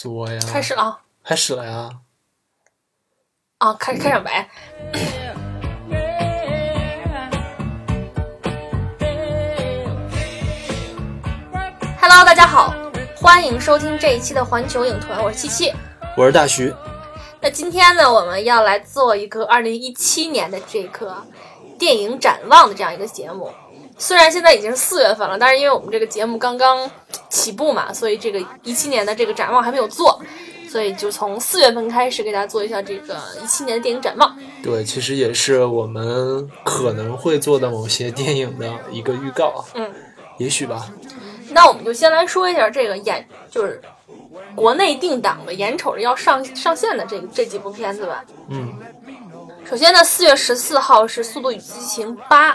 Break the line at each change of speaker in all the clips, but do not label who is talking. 始了啊
开始了呀！
啊，开开场白。Hello，大家好，欢迎收听这一期的环球影团，我是七七。
我是大徐，
那今天呢，我们要来做一个二零一七年的这个电影展望的这样一个节目。虽然现在已经是四月份了，但是因为我们这个节目刚刚起步嘛，所以这个一七年的这个展望还没有做，所以就从四月份开始给大家做一下这个一七年的电影展望。
对，其实也是我们可能会做的某些电影的一个预告，啊
嗯，
也许吧。
那我们就先来说一下这个演，就是国内定档的，眼瞅着要上上线的这这几部片子吧。
嗯，
首先呢，四月十四号是《速度与激情八》，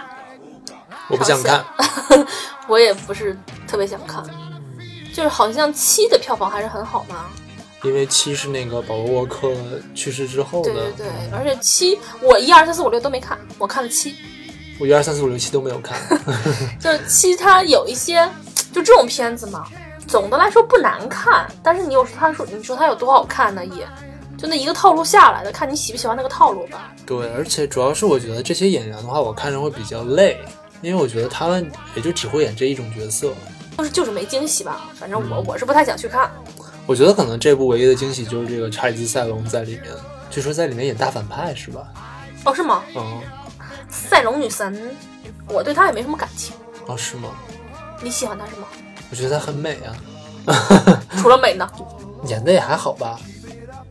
我不想看，
我也不是特别想看，就是好像七的票房还是很好嘛。
因为七是那个保罗沃克去世之后
对
的
对，对，而且七我一二三四五六都没看，我看了七，
我一二三四五六七都没有看。
就是七它有一些就这种片子嘛，总的来说不难看，但是你有时候它说你说它有多好看呢，也就那一个套路下来的，看你喜不喜欢那个套路吧。
对，而且主要是我觉得这些演员的话，我看着会比较累，因为我觉得他们也就只会演这一种角色。
就是就是没惊喜吧，反正
嗯
我我是不太想去看。
我觉得可能这部唯一的惊喜就是这个查理兹·塞隆在里面，据说在里面演大反派是吧？
哦，是吗？
嗯，
赛龙女神，我对她也没什么感情。
哦是吗？
你喜欢她是吗？
我觉得她很美啊，
除了美呢？
演的也还好吧。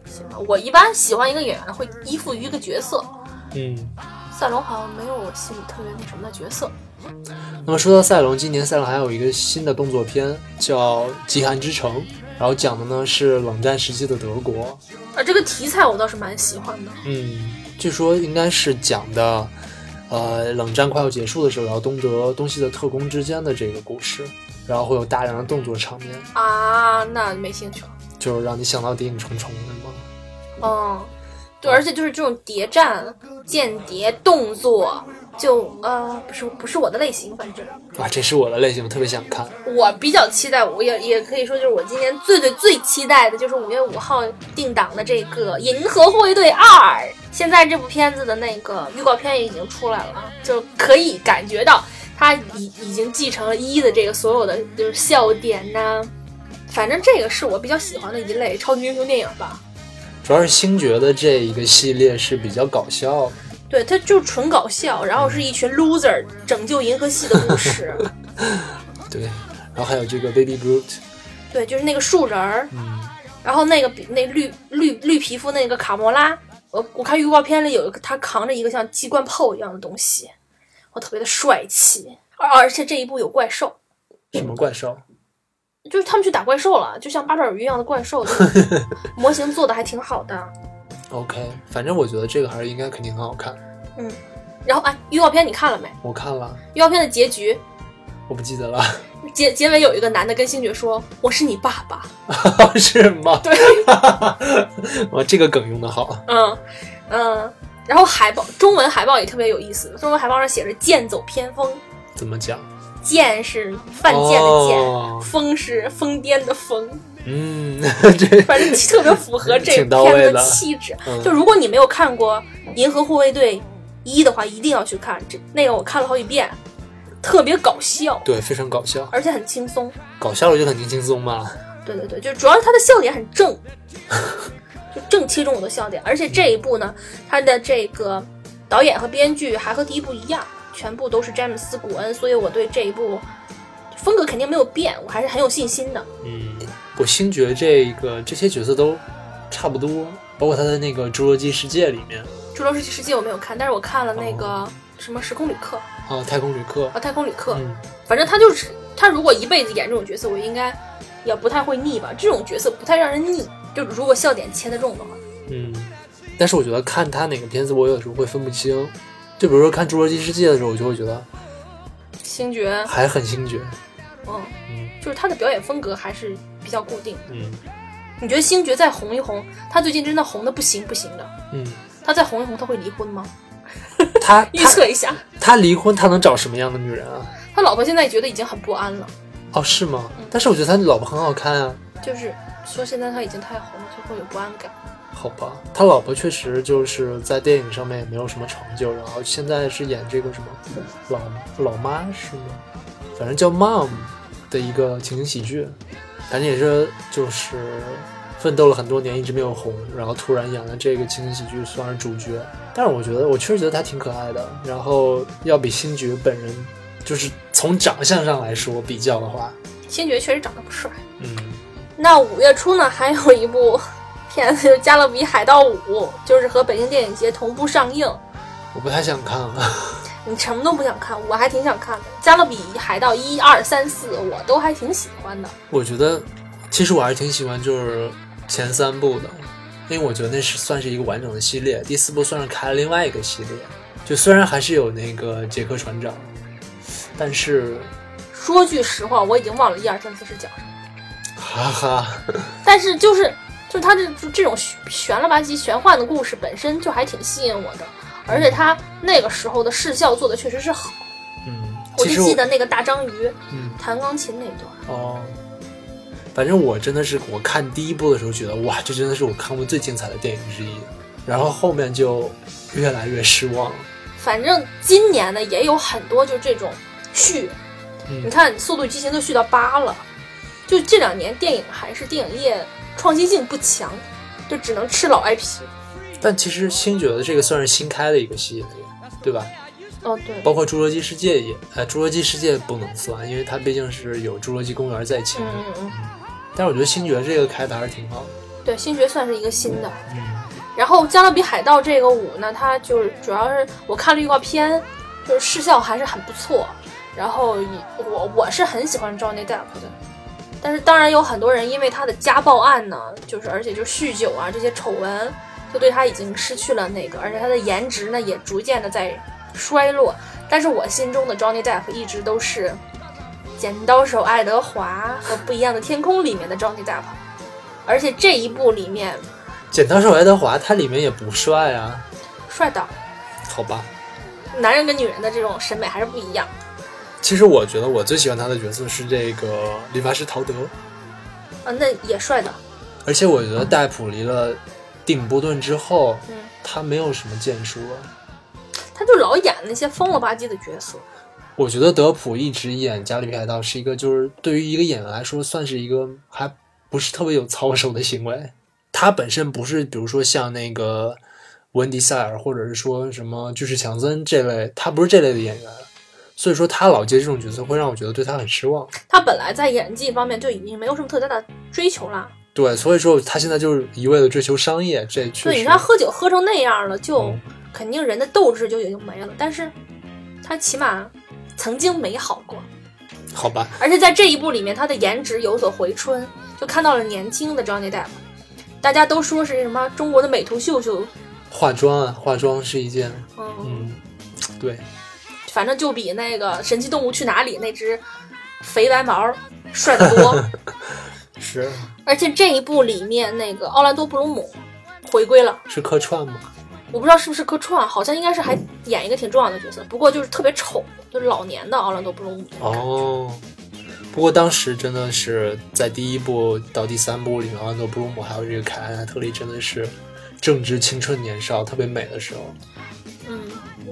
行吧，呃我一般喜欢一个演员会依附于一个角色。
嗯，
赛龙好像没有我心里特别那什么的角色。
那么说到赛龙，今年赛龙还有一个新的动作片叫《极寒之城》，然后讲的呢是冷战时期的德国。
啊，这个题材我倒是蛮喜欢的。
嗯，据说应该是讲的，呃，冷战快要结束的时候，然后东德东西德特工之间的这个故事，然后会有大量的动作场面，
啊，那没兴趣了。
就是让你想到谍影重重，是吗？
嗯，对，而且就是这种谍战、间谍、动作，就呃，不是不是我的类型，反正。
哇，这是我的类型，我特别想看。
我比较期待，我也也可以说，就是我今年最最最期待的就是五月五号定档的这个《银河护卫队二》。现在这部片子的那个预告片已经出来了，啊就可以感觉到它已已经继承了一的这个所有的就是笑点呐、反正这个是我比较喜欢的一类超级英雄电影吧。
主要是星爵的这一个系列是比较搞笑的，
对，它就纯搞笑，然后是一群 loser 拯救银河系的故事。
对，然后还有这个 Baby Groot，
对，就是那个树人儿，
嗯，
然后那个比那绿绿绿皮肤那个卡魔拉，我我看预告片里有一个他扛着一个像机关炮一样的东西，我特别的帅气，而而且这一部有怪兽，
什么怪兽？
就是他们去打怪兽了，就像八爪鱼一样的怪兽，就是模型做的还挺好的。
OK，反正我觉得这个还是应该肯定很好看。
然后哎，预告片你看了没？
我看了，
预告片的结局
我不记得了，
结结尾有一个男的跟星爵说：“我是你爸爸。
是吗”？
对，
哇，这个梗用的好。
嗯嗯。然后海报中文海报也特别有意思，中文海报上写着“剑走偏锋”，
怎么讲？
剑是犯贱的贱。
哦、
疯是疯癫的疯，
嗯， 这
反正特别符合这
挺到
个
位的
片子的气质。
嗯
就如果你没有看过《银河护卫队一》的话，一定要去看。这那个我看了好几遍，特别搞笑，
对，非常搞笑，
而且很轻松。
搞笑了就肯定轻松嘛。
对对对，就主要是他的笑点很正，就正切中我的笑点。而且这一部呢，他的这个导演和编剧还和第一部一样，全部都是詹姆斯·古恩，所以我对这一部风格肯定没有变，我还是很有信心的。
嗯，我星爵这个这些角色都差不多，包括他的那个《侏罗纪世界》里面
《侏罗纪世界》我没有看，但是我看了那个什么《时空旅客》
啊，太空旅客
啊，，《太空旅客》
嗯，
反正他就是他，如果一辈子演这种角色，我应该也不太会腻吧。这种角色不太让人腻，就如果笑点切得中的话。
嗯，但是我觉得看他哪个片子，我有时候会分不清。就比如说看《侏罗纪世界》的时候，我就会觉得
星爵，
还很星爵。
嗯，
嗯
就是他的表演风格还是比较固定。
嗯
你觉得星爵再红一红，他最近真的红的不行不行的，
嗯，
他再红一红他会离婚吗？
他
预
他
测一下，
他离婚，他能找什么样的女人啊？
他老婆现在觉得已经很不安了，嗯
哦，是吗？但是我觉得他老婆很好看啊。
就是说现在他已经太红了，就会有不安感。
好吧，他老婆确实就是在电影上面也没有什么成就，然后现在是演这个什么老老妈是吗？反正叫 Mom 的一个情景喜剧，反正也是就是奋斗了很多年一直没有红，然后突然演了这个情景喜剧算是主角。但是我觉得我确实觉得他挺可爱的，然后要比星爵本人就是从长相上来说比较的话，
星爵确实长得不帅。
嗯，
那五月初呢，还有一部片子就是《加勒比海盗五》，就是和北京电影节同步上映。
我不太想看啊了。
你什么都不想看，我还挺想看的。《加勒比海盗》一二三四，我都还挺喜欢的。
我觉得，其实我还是挺喜欢就是前三部的，因为我觉得那是算是一个完整的系列。第四部算是开了另外一个系列，就虽然还是有那个杰克船长，但是
说句实话，我已经忘了一二三四是讲什么，
哈哈，
但是就是就是它这这种悬悬了吧唧、玄幻的故事本身就还挺吸引我的，而且它那个时候的视效做的确实是好。
嗯，
我
其
就
实
记得那个大章鱼
嗯
弹钢琴那段，
哦，反正我真的是我看第一部的时候觉得哇，这真的是我看过最精彩的电影之一，然后后面就越来越失望了。
反正今年呢也有很多就这种续，
嗯
你看《速度与激情》都续到八了，就这两年电影还是电影业创新性不强，就只能吃老 IP。
但其实星爵的这个算是新开的一个系列，对吧？
哦，对，
包括《侏罗纪世界》也，呃，《侏罗纪世界》不能算，因为它毕竟是有《侏罗纪公园》在前
嗯
面。
嗯嗯，
但是我觉得《星爵》这个开的还是挺好的。
对，星爵算是一个新的。
嗯，
然后《加勒比海盗》这个舞呢，它就是主要是我看了预告片，就是视效还是很不错。然后以我我是很喜欢 Johnny Depp 的，但是当然有很多人因为他的家暴案呢，就是而且就酗酒啊这些丑闻，就对他已经失去了那个，而且他的颜值呢也逐渐的在衰落。但是我心中的 Johnny Depp 一直都是《剪刀手爱德华》和《不一样的天空》里面的 Johnny Depp，而且这一部里面
《剪刀手爱德华》它里面也不帅啊，
帅到。
好吧。
男人跟女人的这种审美还是不一样。
其实我觉得我最喜欢他的角色是这个理发师陶德，
啊，那也帅的，
而且我觉得戴普离了蒂姆·波顿之后，
嗯
他没有什么建树啊了。
他就老演那些疯了吧唧的角色。
我觉得德普一直演《加勒比海盗》是一个，就是对于一个演员来说，算是一个还不是特别有操守的行为。他本身不是，比如说像那个文迪塞尔，或者是说什么巨石强森这类，他不是这类的演员，所以说他老接这种角色，会让我觉得对他很失望。
他本来在演技方面就已经没有什么特大的追求了，
对，所以说他现在就是一味的追求商业，这确
对，你
实
看他喝酒喝成那样了，就
嗯
肯定人的斗志就已经没了。但是，他起码曾经美好过，
好吧。
而且在这一部里面，他的颜值有所回春，就看到了年轻的 Johnny Depp。大家都说是什么中国的美图秀秀，
化妆啊，化妆是一件，
嗯，
嗯，对，
反正就比那个《神奇动物去哪里》那只肥白毛儿帅得多。
是
而且这一部里面那个奥兰多·布鲁姆回归了，
是客串吗？
我不知道是不是客串，好像应该是还演一个挺重要的角色，不过就是特别丑，就是老年的奥兰多·布鲁姆。
哦，不过当时真的是在第一部到第三部里面，奥兰多·布鲁姆还有这个凯恩·特利真的是正值青春年少，特别美的时候。
嗯，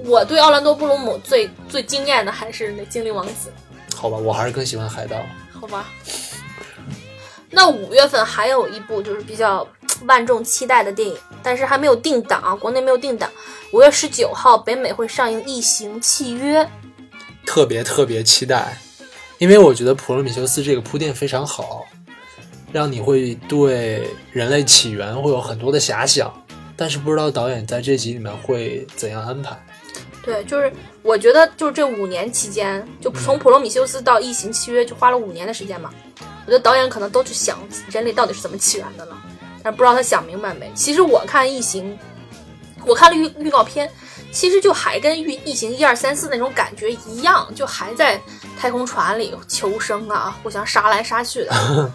我对奥兰多·布鲁姆最最惊艳的还是那精灵王子，
好吧，我还是更喜欢海盗。
好吧。那五月份还有一部就是比较万众期待的电影，但是还没有定档啊，国内没有定档。五月十九号，北美会上映《异形契约》。
特别特别期待，因为我觉得《普罗米修斯》这个铺垫非常好，让你会对人类起源会有很多的遐想，但是不知道导演在这集里面会怎样安排。
对，就是我觉得就是这五年期间，就从《普罗米修斯》到《异形契约》，就花了五年的时间嘛。我觉得导演可能都去想人类到底是怎么起源的了，但是不知道他想明白没。其实我看《异形》，我看了预预告片，其实就还跟《预异形》一二三四那种感觉一样，就还在太空船里求生啊，互相杀来杀去的。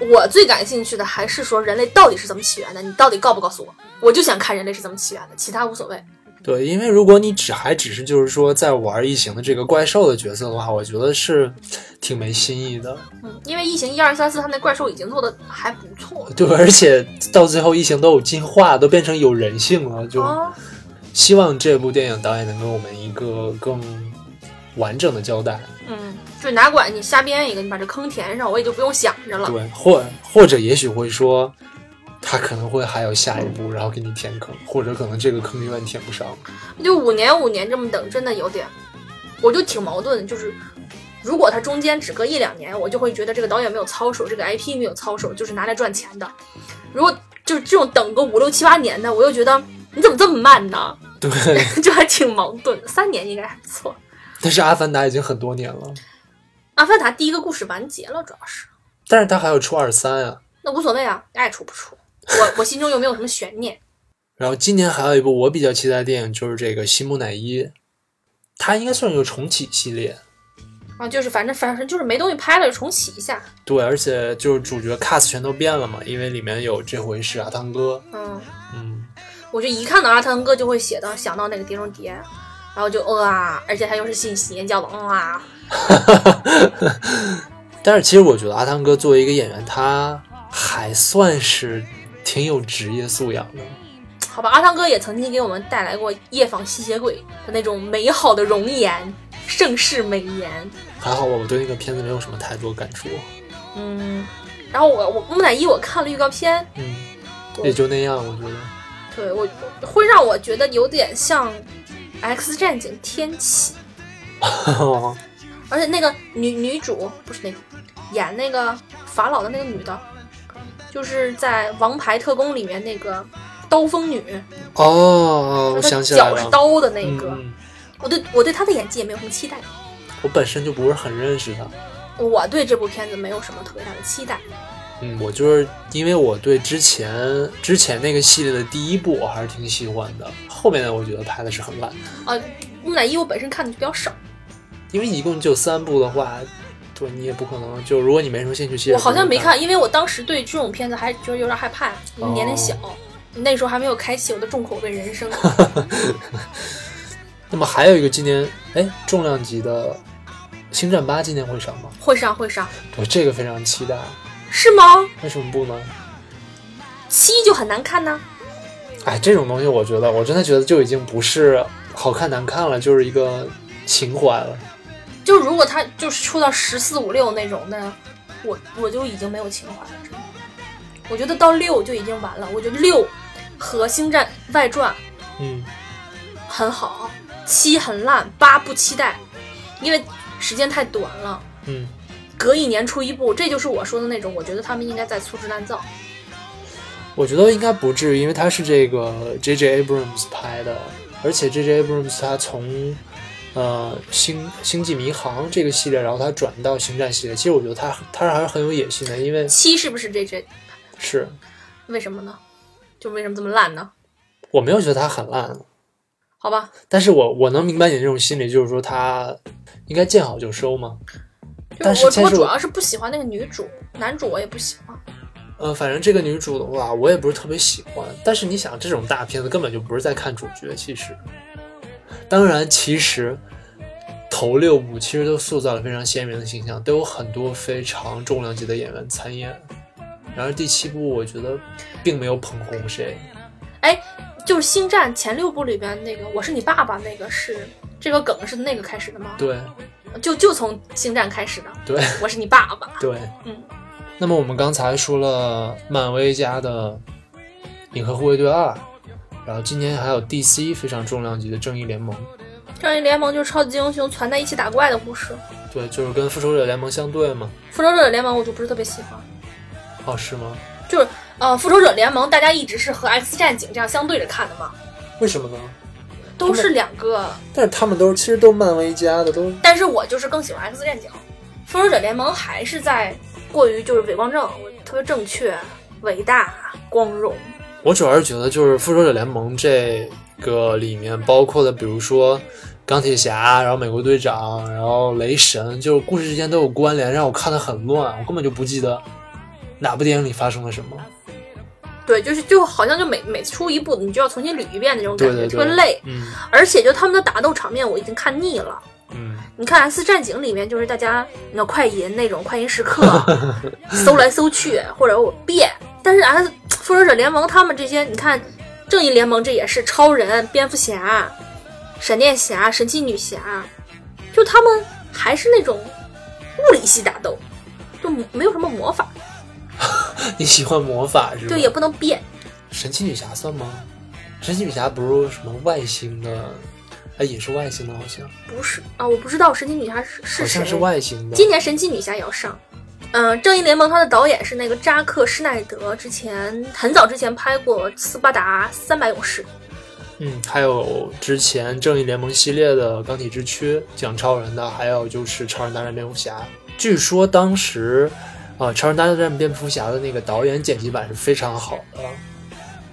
我最感兴趣的还是说人类到底是怎么起源的，你到底告不告诉我？我就想看人类是怎么起源的，其他无所谓。
对，因为如果你只还只是就是说在玩异形的这个怪兽的角色的话，我觉得是挺没新意的。
嗯，因为异形一二三四，它那怪兽已经做的还不错了。
对，而且到最后异形都有进化，都变成有人性了，就
哦，
希望这部电影导演能给我们一个更完整的交代。
嗯，就哪管你瞎编一个，你把这坑填上，我也就不用想着了。
对，或或者也许会说，他可能会还有下一步，然后给你填坑，或者可能这个坑永远填不上。
就五年五年这么等，真的有点，我就挺矛盾的。就是如果它中间只隔一两年，我就会觉得这个导演没有操守，这个 IP 没有操守，就是拿来赚钱的。如果就是这种等个五六七八年的，我又觉得你怎么这么慢呢？
对，
就还挺矛盾的。三年应该还不错。
但是《阿凡达》已经很多年了，
阿凡达第一个故事完结了，主要是
但是他还有出二三啊。
那无所谓啊，爱出不出，我我心中又没有什么悬念。
然后今年还有一部我比较期待的电影，就是这个西木乃伊，它应该算是一个重启系列。
啊，就是反正反正就是没东西拍了，就重启一下。
对，而且就是主角 cast 全都变了嘛，因为里面有这回是阿汤哥，
嗯，
嗯，
我就一看到阿汤哥就会写到想到那个碟中谍，然后就呃啊，而且他又是信息叫的嗯啊，
但是其实我觉得阿汤哥作为一个演员，他还算是挺有职业素养的。
好吧，阿汤哥也曾经给我们带来过《夜访吸血鬼》的那种美好的容颜，盛世美颜。
还好吧，我对那个片子没有什么太多感触，
嗯，然后我我木乃伊我看了预告片，
嗯，
对
也就那样，我觉得。
对我会让我觉得有点像《X 战警：天启》，
哦
而且那个女女主不是那个演那个法老的那个女的，就是在《王牌特工》里面那个刀锋女，
哦，我
她
想起来
脚是
了，
刀的那个。
嗯，
我对我对她的演技也没有什么期待，
我本身就不是很认识他，
我对这部片子没有什么特别大的期待。
嗯，我就是因为我对之前之前那个系列的第一部我还是挺喜欢的，后面的我觉得拍的是很烂，
呃，木乃伊我本身看的就比较少，
因为一共就三部的话，对你也不可能就如果你没什么兴趣，其实
我好像
不
没
用
看，因为我当时对这种片子还觉得有点害怕，年龄小，
哦
那时候还没有开启我的重口味人生。
那么还有一个今年哎重量级的《星战八》今年会上吗？
会上会上
我这个非常期待，
是吗？
为什么不呢？
七就很难看呢、
哎，这种东西我觉得我真的觉得就已经不是好看难看了，就是一个情怀了。
就如果他就是出到十四五六那种的，我我就已经没有情怀了。真的我觉得到六就已经完了。我觉得六和《星战外传
嗯，》
很好，七很烂，八不期待，因为时间太短了。
嗯，
隔一年出一部，这就是我说的那种。我觉得他们应该在粗制滥造。
我觉得应该不至于，因为它是这个 J.J. Abrams 拍的，而且 J.J. Abrams 他从呃《星星际迷航》这个系列，然后他转到《星战》系列，其实我觉得他他还是很有野心的，因为
七是不是这这？
是
为什么呢？就为什么这么烂呢？
我没有觉得他很烂，
好吧，
但是我我能明白你这种心理，就是说他应该见好就收嘛。但是
就
其
我我
实
主
我
要是不喜欢那个女主，男主我也不喜欢。
呃，反正这个女主的话，我也不是特别喜欢。但是你想，这种大片子根本就不是在看主角，其实。当然，其实头六部其实都塑造了非常鲜明的形象，都有很多非常重量级的演员参演。然而第七部，我觉得并没有捧红谁。
就是《星战》前六部里边那个“我是你爸爸”那个是这个梗是那个开始的吗？
对
就就从《星战》开始的。
对，
我是你爸爸。
对，
嗯。
那么我们刚才说了漫威家的《银河护卫队二》，然后今年还有 DC 非常重量级的《正义联盟》。
正义联盟就是超级英雄攒在一起打怪的故事。
对，就是跟复仇者联盟相对嘛。
复仇者联盟我就不是特别喜欢。
哦，是吗？
呃，复仇者联盟大家一直是和 X 战警这样相对着看的嘛，
为什么呢？
都是两个。
但是他们都是其实都漫威家的，都
但是我就是更喜欢 X 战警，复仇者联盟还是在过于就是伪光正，我特别正确、伟大、光荣。
我主要是觉得就是复仇者联盟这个里面包括的，比如说钢铁侠，然后美国队长，然后雷神，就是故事之间都有关联，让我看得很乱，我根本就不记得哪部电影里发生了什么。
对，就是就好像就每每次出一部你就要重新捋一遍那种
对
感觉，
对对，
特别累。
嗯
而且就他们的打斗场面我已经看腻了。
嗯，
你看《S 战警》里面就是大家那快银那种快银时刻， 搜来搜去或者我变，但是 S 复仇者联盟他们这些，你看正义联盟这也是超人、蝙蝠侠、闪电侠、神奇女侠，就他们还是那种物理系打斗，就没有什么魔法，
你喜欢魔法是吧？
对，也不能变。
神奇女侠算吗？神奇女侠不是什么外星的，哎，也是外星的，好像
不是啊，我不知道神奇女侠是
好
是谁
像。是外星的。
今年神奇女侠也要上。嗯、正义联盟它的导演是那个扎克施耐德，之前很早之前拍过《斯巴达三百勇士》。
嗯，还有之前正义联盟系列的钢铁之躯，讲超人的，还有就是超人大战蝙蝠侠。据说当时，啊、超人大战蝙蝠侠的那个导演剪辑版是非常好的。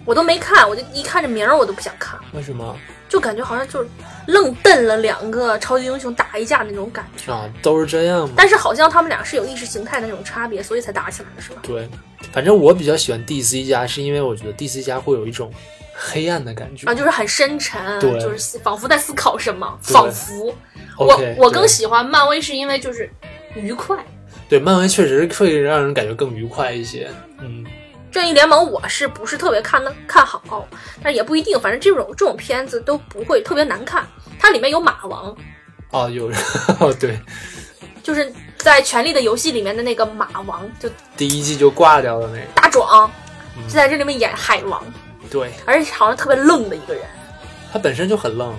我都没看，我就一看这名儿我都不想看，
为什么
就感觉好像就是愣瞪了两个超级英雄打一架那种感觉。
啊？都是这样吗？
但是好像他们俩是有意识形态的那种差别，所以才打起来的是吧？
对，反正我比较喜欢 DC 家，是因为我觉得 DC 家会有一种黑暗的感觉。
啊，就是很深沉，
对
就是思仿佛在思考什么，
对
仿佛。我
OK，
我更
对
喜欢漫威是因为就是愉快。
对漫威确实会让人感觉更愉快一些。嗯，
正义联盟我是不是特别看的看好？但也不一定，反正这种这种片子都不会特别难看。它里面有马王，
哦，有人 哦，对，
就是在《权力的游戏》里面的那个马王，就
第一季就挂掉的那个，
大壮，
嗯
就在这里面演海王，
对
而且好像特别愣的一个人。
他本身就很愣，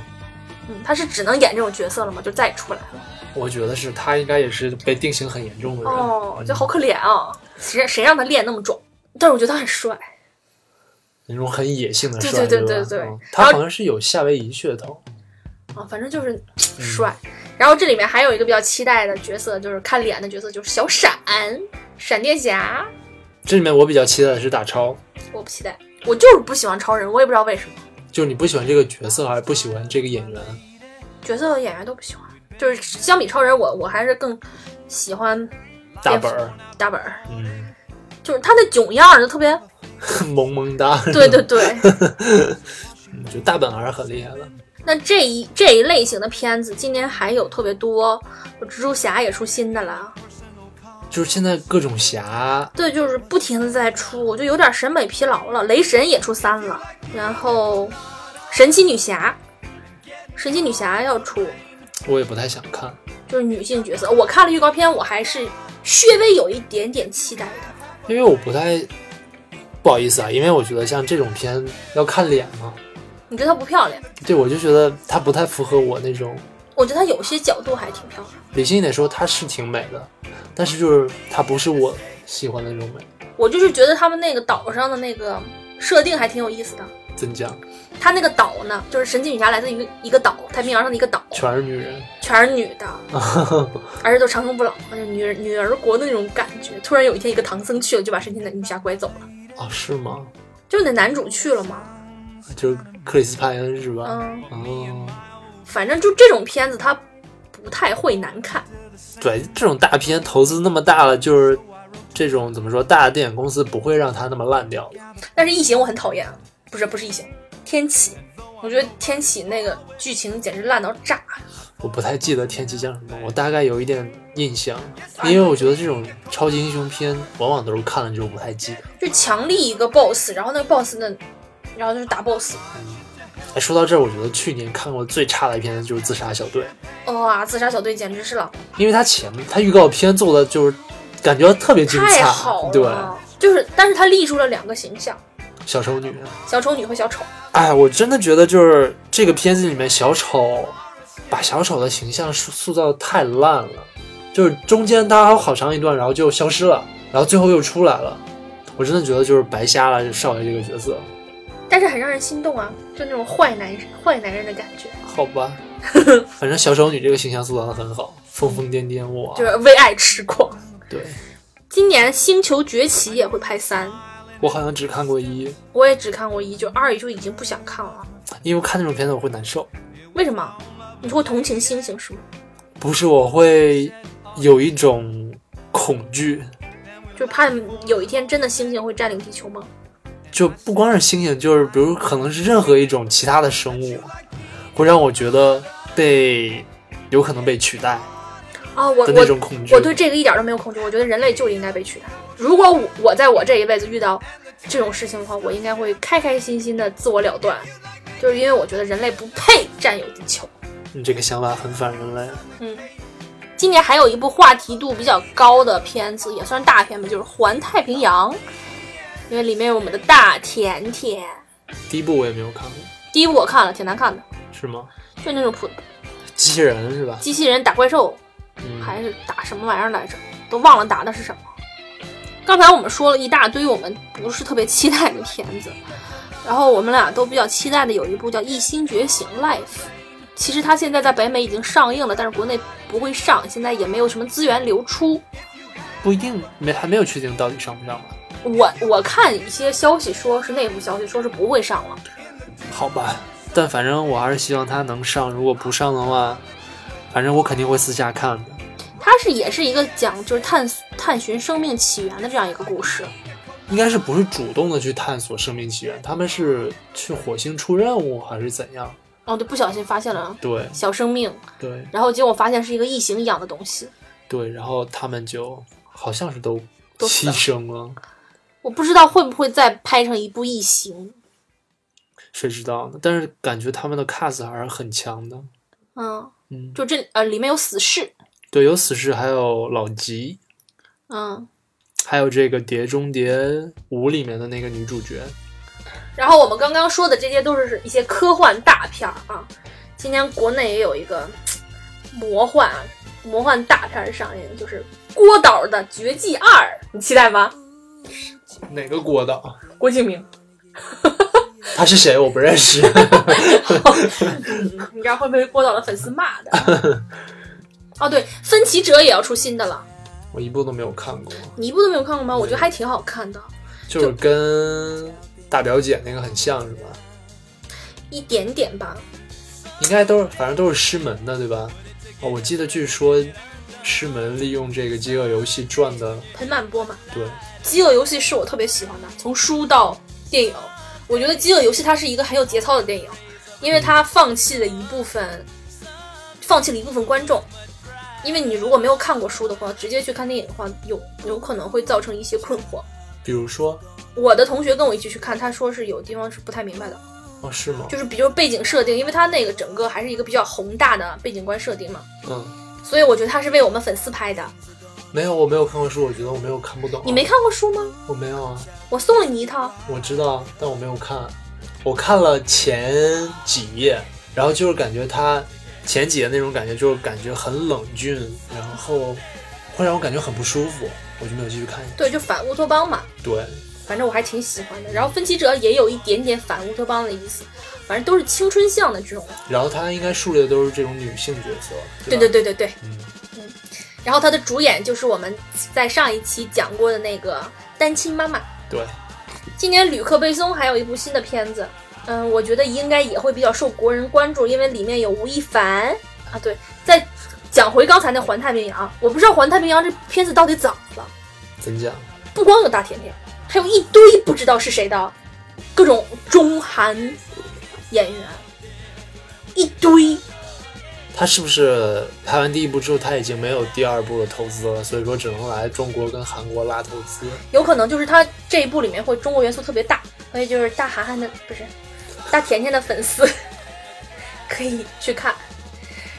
嗯，他是只能演这种角色了吗？就再也出不来了。
我觉得是他应该也是被定型很严重的人。嗯
哦，就好可怜啊！谁谁让他练那么壮？但是我觉得他很帅。
那种很野性的
对
帅，
对对
是吧
对对
嗯
然
他
后
好像是有夏威夷血统，
啊，反正就是帅。然后这里面还有一个比较期待的角色，就是看脸的角色，就是小闪，闪电侠。
这里面我比较期待的是大超，
我不期待，我就是不喜欢超人，我也不知道为什么，
就是你不喜欢这个角色，还是不喜欢这个演员？
角色和演员都不喜欢。就是相比超人我，我还是更喜欢
大本儿，
大本儿，
嗯，
就是他那囧样儿就特别，
萌萌哒。
对对对。
嗯，就大本还是很厉害的。
那这一这一类型的片子，今年还有特别多，蜘蛛侠也出新的了，
就是现在各种侠，
对，就是不停的在出，我就有点审美疲劳了。雷神也出三了，然后神奇女侠，神奇女侠要出，
我也不太想看。
就是女性角色。我看了预告片，我还是略微有一点点期待的。
因为我不太不好意思啊，因为我觉得像这种片要看脸嘛，
你觉得她不漂亮？
对我就觉得它不太符合我那种
我觉得她有些角度还挺漂亮。
理性一点说，它是挺美的，但是就是它不是我喜欢的那种美。
我就是觉得他们那个岛上的那个设定还挺有意思的。
怎讲？
他那个岛呢，就是神奇女侠来自一个一个岛，太平洋上的一个岛，
全是女人，
全是女的，而且都长生不老，就是女儿女儿国的那种感觉。突然有一天，一个唐僧去了，就把神奇女侠拐走了。
哦，是吗？
就是那男主去了嘛，
就是克里斯派恩是吧？
嗯，
哦，
反正就这种片子，它不太会难看。
对，这种大片投资那么大了，就是这种怎么说，大的电影公司不会让它那么烂掉的。
但是异形我很讨厌啊，不是不是异形，天启，我觉得天启那个剧情简直烂到炸。
我不太记得天气叫什么，我大概有一点印象，因为我觉得这种超级英雄片往往都是看了就不太记得。
就强力一个 boss，然后那个 boss 呢，然后就是打 boss，
哎，说到这儿，我觉得去年看过最差的一片就是《自杀小队》，
哇，自杀小队简直是了，
因为它前它预告片做的就是感觉特别精
太
彩，
好
对，
了，就是，但是他立住了两个形象，
小丑女。
小丑女和小丑，
哎，我真的觉得就是这个片子里面小丑，把小丑的形象塑塑造得太烂了，就是中间他还有好长一段，然后就消失了，然后最后又出来了，我真的觉得就是白瞎了少爷这个角色。
但是很让人心动啊，就那种坏男人坏男人的感觉，
好吧， 反正小丑女这个形象塑造的很好，疯疯癫癫哇，
就是为爱痴狂。
对
今年《星球崛起》也会拍三，
我好像只看过一，
我也只看过一，就二就已经不想看了。
因为看那种片子我会难受，
为什么？你会同情猩猩是吗？
不是我会有一种恐惧，
就怕有一天真的猩猩会占领地球吗？
就不光是猩猩，就是比如可能是任何一种其他的生物，会让我觉得被有可能被取代
啊，我
的那
我
种恐惧。
我对这个一点都没有恐惧，我觉得人类就应该被取代。如果我我在我这一辈子遇到这种事情的话，我应该会开开心心的自我了断，就是因为我觉得人类不配占有地球。
你嗯这个想法很反人类。
嗯，今年还有一部话题度比较高的片子，也算大片吧，就是《环太平洋》，因为里面有我们的大甜甜。
第一部我也没有看过，
第一部我看了，挺难看的，
是吗？
就那种普
机器人是吧？
机器人打怪兽，
嗯，
还是打什么玩意儿来着？都忘了打的是什么。刚才我们说了一大堆我们不是特别期待的片子，然后我们俩都比较期待的有一部叫《一星觉醒 Life》，其实它现在在北美已经上映了，但是国内不会上，现在也没有什么资源流出。
不一定没还没有确定到底上不上吧？
我我看一些消息说是内部消息，说是不会上了。
好吧，但反正我还是希望它能上。如果不上的话，反正我肯定会私下看的。
它是也是一个讲就是探索探寻生命起源的这样一个故事。
应该是不是主动的去探索生命起源？他们是去火星出任务还是怎样？
哦，对，不小心发现了
对
小生命，
对
然后结果发现是一个异形一样的东西。
对，然后他们就好像是都
都
牺
死了
牲了，
我不知道会不会再拍成一部《异形》。
谁知道呢？但是感觉他们的 cast 还是很强的。
嗯，
嗯，
就这呃，里面有死侍，
对，有死侍，还有老吉，
嗯，
还有这个《碟中谍五》里面的那个女主角。
然后我们刚刚说的这些都是一些科幻大片儿啊。今年国内也有一个嘖魔幻啊，魔幻大片儿上映，就是郭导的《绝技二》，你期待吗？
哪个郭 导？
郭敬明，
他是谁？我不认 识。
你知道会不会郭导的粉丝骂的？ 哦，对，分歧者也要出新的了，
我一部都没有看过，
你一部都没有看过吗？我觉得还挺好看的，
就是跟大表姐那个很像是吧？
一点点吧。
应该都是，反正都是师门的，对吧？哦，我记得据说师门利用这个饥饿游戏赚的，
盆满钵满。
对，
《饥饿游戏》是我特别喜欢的，从书到电影，我觉得《饥饿游戏》它是一个很有节操的电影，因为它放弃了一部分，放弃了一部分观众。因为你如果没有看过书的话，直接去看电影的话，有有可能会造成一些困惑。
比如说，
我的同学跟我一起去看，他说是有地方是不太明白的，
哦，是吗？
就是比如背景设定，因为它那个整个还是一个比较宏大的背景观设定嘛，
嗯，
所以我觉得它是为我们粉丝拍的。
没有，我没有看过书，我觉得我没有看不懂。
你没？看过书吗？
我没有啊，
我送了你一套。
我知道，但我没有看。我看了前几页，然后就是感觉它前几页那种感觉，就是感觉很冷峻，然后会让我感觉很不舒服，我就没有继续看。
对，就反乌托邦嘛。
对，
反正我还挺喜欢的。然后《分歧者》也有一点点反乌托邦的意思，反正都是青春向的这种。
然后它应该树立的都是这种女性角色，
对对
对吧，
对对对。
嗯，
然后它的主演就是我们在上一期讲过的那个单亲妈妈。
对。
今年吕克·贝松还有一部新的片子，嗯，我觉得应该也会比较受国人关注，因为里面有吴亦凡啊。对，再讲回刚才那《环太平洋》，我不知道《环太平洋》这片子到底怎么了，
怎讲？
不光有大甜甜，还有一堆不知道是谁的各种中韩演员，一堆。
他是不是拍完第一部之后，他已经没有第二部的投资了，所以说只能来中国跟韩国拉投资？
有可能就是他这一部里面会中国元素特别大，所以就是大韩寒的不是大甜甜的粉丝 可以去看。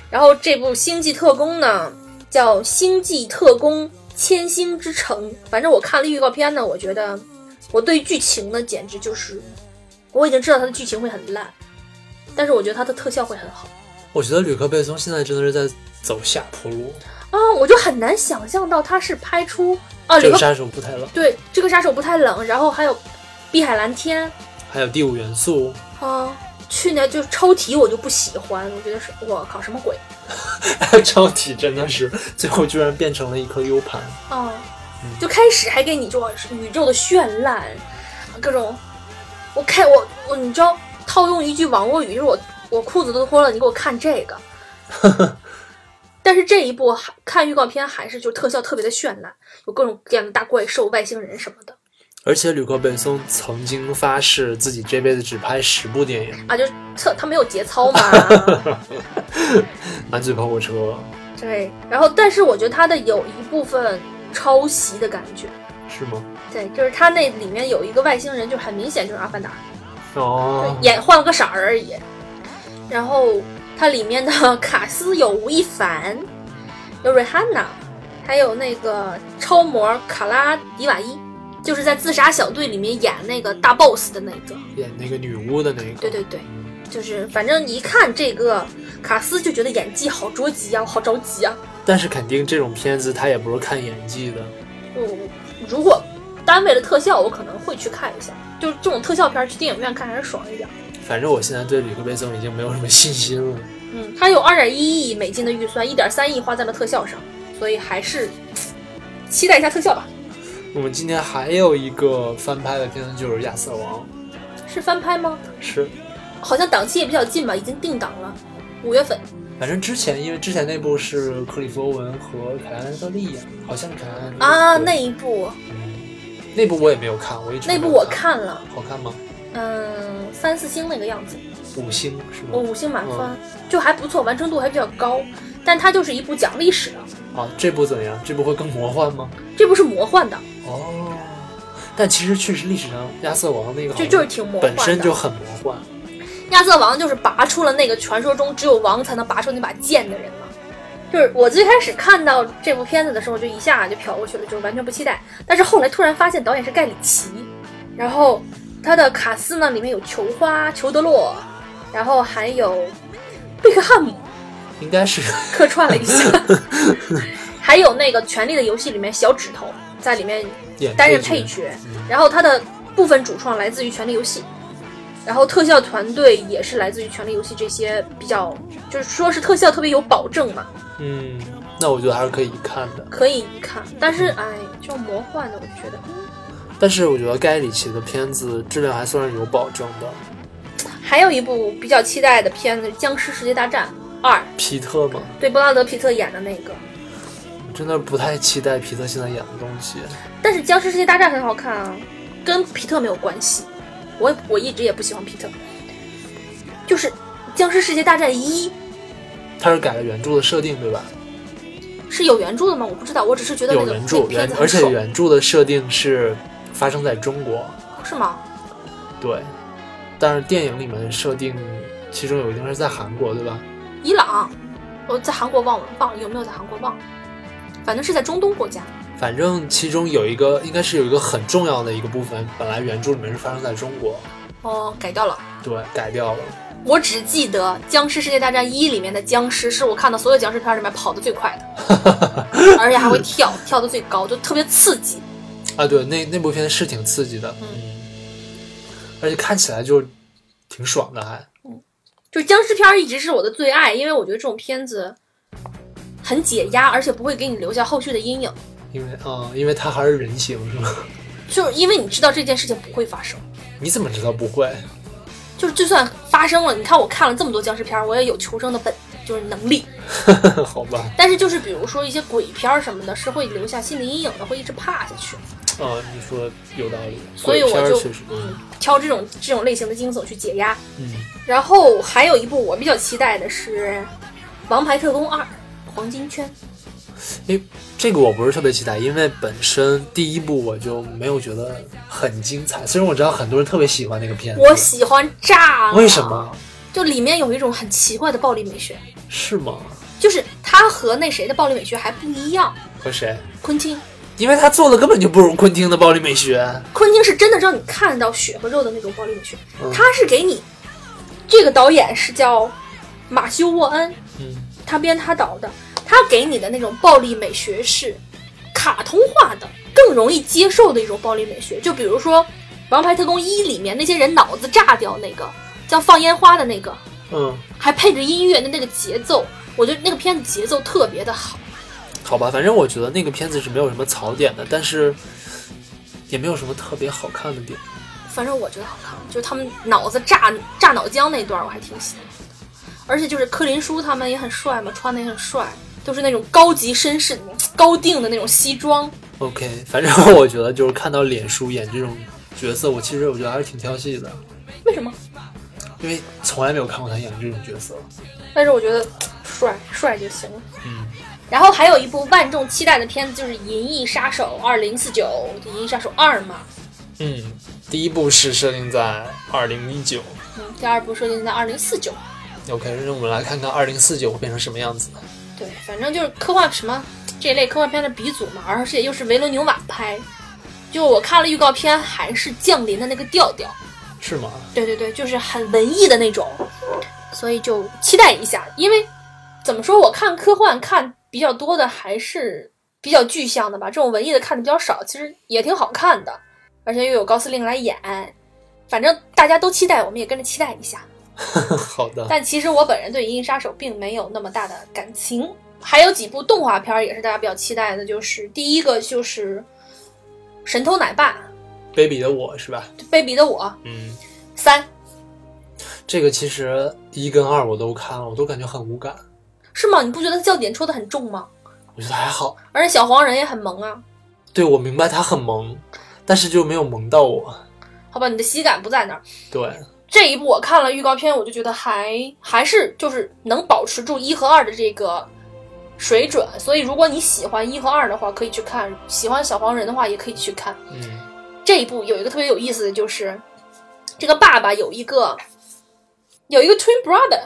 然后这部《星际特工》呢，叫《星际特工：千星之城》。反正我看了预告片呢，我觉得我对剧情呢，简直就是我已经知道它的剧情会很烂，但是我觉得它的特效会很好
我觉得吕克贝松现在真的是在走下坡路，
啊！我就很难想象到它是拍出啊，
这
里
个
面
杀手不太冷，
对这个杀手不太冷，然后还有碧海蓝天，
还有第五元素，
啊，去年就是抽题我就不喜欢，我觉得是我靠什么鬼
超体真的是最后居然变成了一颗 U 盘。
啊！就开始还给你这种宇宙的绚烂，啊各种，我看我我你知道，套用一句网络语，就是我我裤子都脱了，你给我看这个。但是这一部还看预告片还是就特效特别的绚烂，有各种各样的大怪兽、外星人什么的。
而且吕克·贝松曾经发誓自己这辈子只拍十部电影，
啊，就是特他没有节操嘛。
《玩具跑火车》
对，然后但是我觉得他的有一部分抄袭的感觉，
是吗？
对，就是他那里面有一个外星人，就很明显就是阿凡达，
哦
就，演换了个色儿而已。然后它里面的 卡斯有吴亦凡，有瑞汉娜，还有那个超模卡拉迪瓦伊，就是在《自杀小队》里面演那个大 boss 的那个。
演那个女巫的那个，
对对对，就是反正一看这个卡斯就觉得演技好着急啊，好着急啊。
但是肯定这种片子他也不是看演技的，
我如果单位的特效，我可能会去看一下。就是这种特效片儿，去电影院看还是爽一点。
反正我现在对吕克·贝松已经没有什么信心了。
嗯，它有二点一亿美金的预算，一点三亿花在了特效上，所以还是嘖期待一下特效吧。
我们今年还有一个翻拍的片子就是《亚瑟王
是翻拍吗？》，
是，
好像档期也比较近吧，已经定档了，五月份。
反正之前因为之前那部是克里夫·欧文和凯恩·特利演的，好像是凯恩
啊，
对
那一部，
嗯那部我也没有看，我一直
那部
没有
我看了，
好看吗？
嗯，三四星那个样子，
五星是吗？
我五星满分，就还不错，完成度还比较高。但它就是一部讲历史的，
啊，这部怎么样？这部会更魔幻吗？
这部是魔幻的，
哦，但其实确实历史上亚瑟王那个好
就
像
就是挺魔幻
本
的。
身就很魔幻，
亚瑟王就是拔出了那个传说中只有王才能拔出那把剑的人嘛。就是我最开始看到这部片子的时候，就一下就瞟过去了，就完全不期待。但是后来突然发现导演是盖里奇，然后他的卡斯呢里面有球花、裘德洛，然后还有贝克汉姆
应该是
客串了一 下，还有那个《权力的游戏》里面小指头在里面
演
担任配角，
嗯
然后它的部分主创来自于《权力游戏》，然后特效团队也是来自于《权力游戏》这些比较，就是说是特效特别有保证嘛，
嗯，那我觉得还是可以看的。
可以一看。但是哎，这种魔幻的，我觉得嗯
但是我觉得盖里奇的片子质量还算是有保证的。
还有一部比较期待的片子《僵尸世界大战二》，
皮特嘛，
对，布拉德皮特演的那个。
我真的不太期待皮特现在演的东西。
但是《僵尸世界大战》很好看啊，跟皮特没有关系。我我一直也不喜欢皮特，就是《僵尸世界大战一》
他是改了原著的设定，对吧？
是有原著的吗？我不知道，我只是觉得那
有
个
原
那
著，
个片
原
子
而
很
且
爽，
原著的设定是发生在中国，
是吗？
对。但是电影里面的设定，其中有一定是在韩国，对吧？
伊朗，我在韩国忘了忘了有没有在韩国忘了，反正是在中东国家。
反正其中有一个，应该是有一个很重要的一个部分，本来原著里面是发生在中国，
哦，改掉了。
对，改掉了。
我只记得《僵尸世界大战一》里面的僵尸是我看到所有僵尸片里面跑得最快的，而且还会跳，跳得最高，就特别刺激。
啊，对，那那部片是挺刺激的，
嗯
嗯，而且看起来就挺爽的，还
就是僵尸片儿一直是我的最爱，因为我觉得这种片子很解压，而且不会给你留下后续的阴影，
因为啊、因为它还是人形，是吗？
就是因为你知道这件事情不会发生。
你怎么知道不会？
就是就算发生了，你看我看了这么多僵尸片儿，我也有求生的本，就是能力。
好吧，
但是就是比如说一些鬼片儿什么的，是会留下心理阴影的，会一直怕下去。
啊、
嗯
你说有道理，
所以
鬼片
我
儿
就
确实，
嗯，挑这种这种类型的惊悚去解压。
嗯，
然后还有一部我比较期待的是《王牌特工二：黄金圈》。
诶，这个我不是特别期待，因为本身第一部我就没有觉得很精彩，虽然我知道很多人特别喜欢那个片子，
我喜欢炸了，啊
为什？么？
就里面有一种很奇怪的暴力美学，
是吗？
就是它和那谁的暴力美学还不一样。
和谁？
昆汀，
因为他做的根本就不如昆汀的暴力美学，
昆汀是真的让你看到血和肉的那种暴力美学，
嗯
他是给你这个导演是叫马修·沃恩，
嗯，
他编他导的，他给你的那种暴力美学是卡通化的，更容易接受的一种暴力美学。就比如说《王牌特工一》里面那些人脑子炸掉那个叫放烟花的那个，
嗯，
还配着音乐的那个节奏，我觉得那个片子节奏特别的好。
好吧，反正我觉得那个片子是没有什么槽点的，但是也没有什么特别好看的点。
反正我觉得好看，就是他们脑子炸炸脑浆那段，我还挺喜欢的。而且就是柯林叔他们也很帅嘛，穿的也很帅，都是那种高级绅士、高定的那种西装，
OK，反正 我觉得就是看到脸书演这种角色，我其实我觉得还是挺挑戏的，
为什么？
因为从来没有看过他演这种角色。
但是我觉得呃帅帅就行了。
嗯，
然后还有一部万众期待的片子就是《银翼杀手二零四九》，《银翼杀手二》嘛，
嗯，第一部是设定在二零一九。
嗯，第二部设定在二零四九。
OK，让我们来看看二零四九会变成什么样子。
对，反正就是科幻什么这一类科幻片的鼻祖嘛，而且又是维伦纽瓦拍。就我看了预告片，还是《降临》的那个调调，
是吗？
对对对，就是很文艺的那种，所以就期待一下。因为怎么说，我看科幻看比较多的还是比较具象的吧，这种文艺的看的比较少，其实也挺好看的，而且又有高司令来演，反正大家都期待，我们也跟着期待一下。
好的。
但其实我本人对《银翼杀手》并没有那么大的感情。还有几部动画片儿也是大家比较期待的，就是第一个就是《神偷奶爸
Baby 的我是吧？》
《卑鄙的我
嗯，
三》，
这个其实一跟二我都看了，我都感觉很无感。
是吗？你不觉得它笑点戳的很重吗？
我觉得还好，
而且小黄人也很萌啊。
对我明白他很萌，但是就没有萌到我。
好吧，你的喜感不在那儿。
对，
这一部我看了预告片，我就觉得还还是就是能保持住一和二的这个水准，所以如果你喜欢一和二的话，可以去看；喜欢小黄人的话，也可以去看。
嗯
这一部有一个特别有意思的就是，这个爸爸有一个有一个 twin brother，，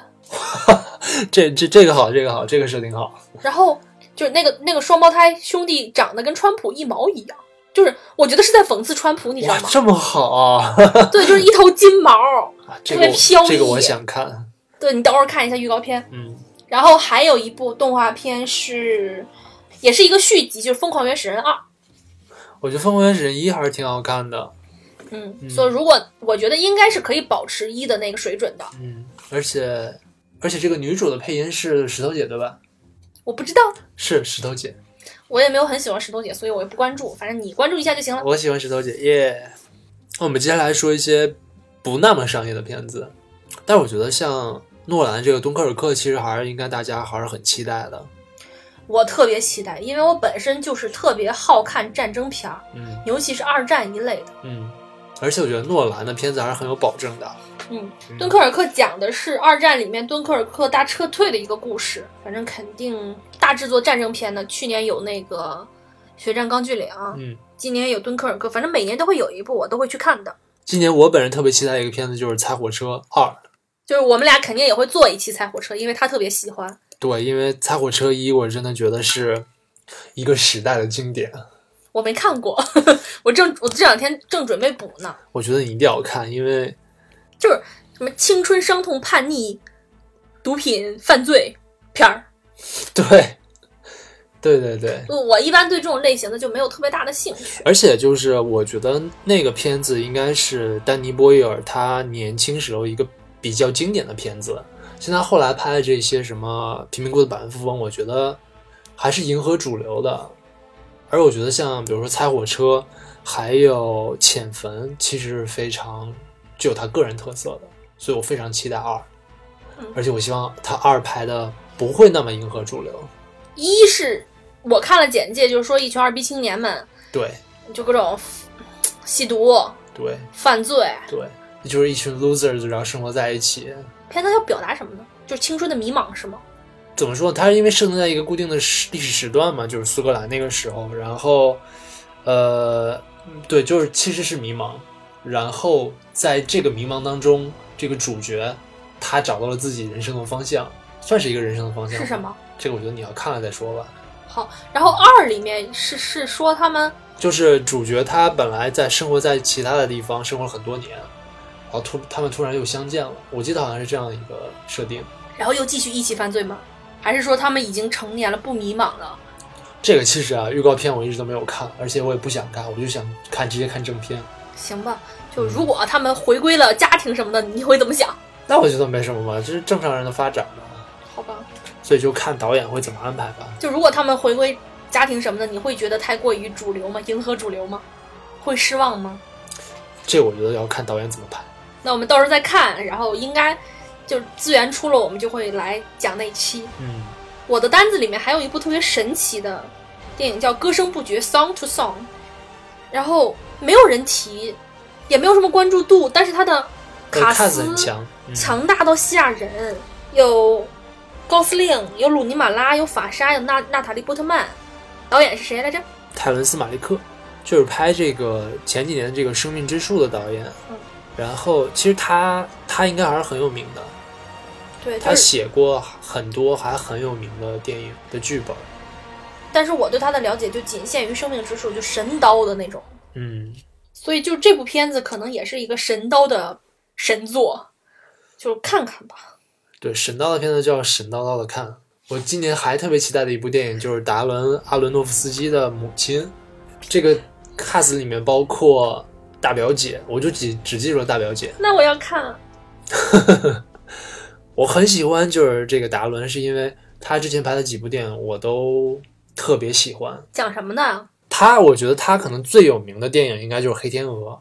这这这个好，这个好，这个设定好。
然后就是那个那个双胞胎兄弟长得跟川普一毛一样，就是我觉得是在讽刺川普，你知道
哇，
吗？
这么好啊！
对，就是一头金毛。
啊这
特
个
别飘
我这个
逸
我想看。
对你等会儿看一下预告片，
嗯
然后还有一部动画片是，也是一个续集，就是《疯狂原始人二》。
我觉得《疯狂原始人一》还是挺好看的。
嗯，所以如果我觉得应该是可以保持一的那个水准的，
嗯，而且而且这个女主的配音是石头姐对吧？
我不知道，
是石头姐，
我也没有很喜欢石头姐，所以我也不关注，反正你关注一下就行了。
我喜欢石头姐耶。那我们接下来说一些不那么商业的片子，但是我觉得像诺兰这个《敦刻尔克》，其实还是应该大家还是很期待的。
我特别期待，因为我本身就是特别好看战争片儿，
嗯
尤其是二战一类的。
嗯，而且我觉得诺兰的片子还是很有保证的。
嗯，
嗯
敦刻尔克讲的是二战里面敦刻尔克大撤退的一个故事，反正肯定大制作战争片的。去年有那个《血战钢锯岭》，啊
嗯，
今年有敦刻尔克，反正每年都会有一部，我都会去看的。
今年我本人特别期待一个片子，就是《猜火车二》。
就是我们俩肯定也会做一期《猜火车》，因为他特别喜欢。
对，因为《猜火车一》我真的觉得是一个时代的经典，
我没看过， 我正我这两天正准备补呢。
我觉得你一定要看，因为
就是什么青春伤痛、叛逆、毒品、犯罪片儿。
对，对对对，
我我一般对这种类型的就没有特别大的兴趣。
而且就是我觉得那个片子应该是丹尼波伊尔他年轻时候一个比较经典的片子，像他后来拍的这些什么《贫民窟的百万富翁》，我觉得还是迎合主流的。而我觉得像比如说《猜火车》，还有《潜伏》，其实是非常具有他个人特色的，所以我非常期待二
嗯，
而且我希望他二拍的不会那么迎合主流。
一是我看了简介，就是说一群二逼青年们
对
就各种吸毒、
对
犯罪。
对，就是一群 losers，然后生活在一起，
片子要表达什么呢？就是青春的迷茫是吗？
怎么说？它是因为设定在一个固定的时历史时段嘛，就是苏格兰那个时候，然后，呃，对，就是其实是迷茫，然后在这个迷茫当中，这个主角他找到了自己人生的方向，算是一个人生的方向
是什么？？
这个我觉得你要看了再说吧。
好，然后二里面是是说他们
就是主角他本来在生活在其他的地方生活了很多年，然后突他们突然又相见了，我记得好像是这样的一个设定。
然后又继续一起犯罪吗？还是说他们已经成年了不迷茫了？
这个其实啊，预告片我一直都没有看，而且我也不想看，我就想看直接看正片。
行吧，就如果他们回归了家庭什么的，你会怎么想？
那我觉得没什么嘛，这是正常人的发展嘛，
好吧，
所以就看导演会怎么安排吧。
就如果他们回归家庭什么的，你会觉得太过于主流吗？迎合主流吗？会失望吗？
这我觉得要看导演怎么拍。
那我们到时候再看，然后应该就是资源出了，我们就会来讲那一期。
嗯，
我的单子里面还有一部特别神奇的电影叫《歌声不绝》（Song to Song），然后没有人提，也没有什么关注度，但是它的
呃
卡
看
斯
着很强，嗯、
强大到吓人，有高司令，有鲁尼马拉，有法莎，有娜娜塔莉波特曼，导演是谁来着？
嗯泰伦斯马利克，就是拍这个前几年这个《生命之树》的导演。
嗯
然后其实他他应该还是很有名的，
对，就
他
是，
写过很多还很有名的电影的剧本。
但是我对他的了解就仅限于《生命之树》，就神刀的那种，
嗯，
所以就这部片子可能也是一个神刀的神作，就是看看吧。
对，神叨叨片子就要神叨叨的看。我今年还特别期待的一部电影就是达伦阿伦诺夫斯基的《母亲》，这个 cast 里面包括大表姐，我就只只记住了大表姐。
那我要看，
我很喜欢就是这个达伦，是因为他之前拍的几部电影我都特别喜欢。
讲什么呢？
他我觉得他可能最有名的电影应该就是《黑天鹅》。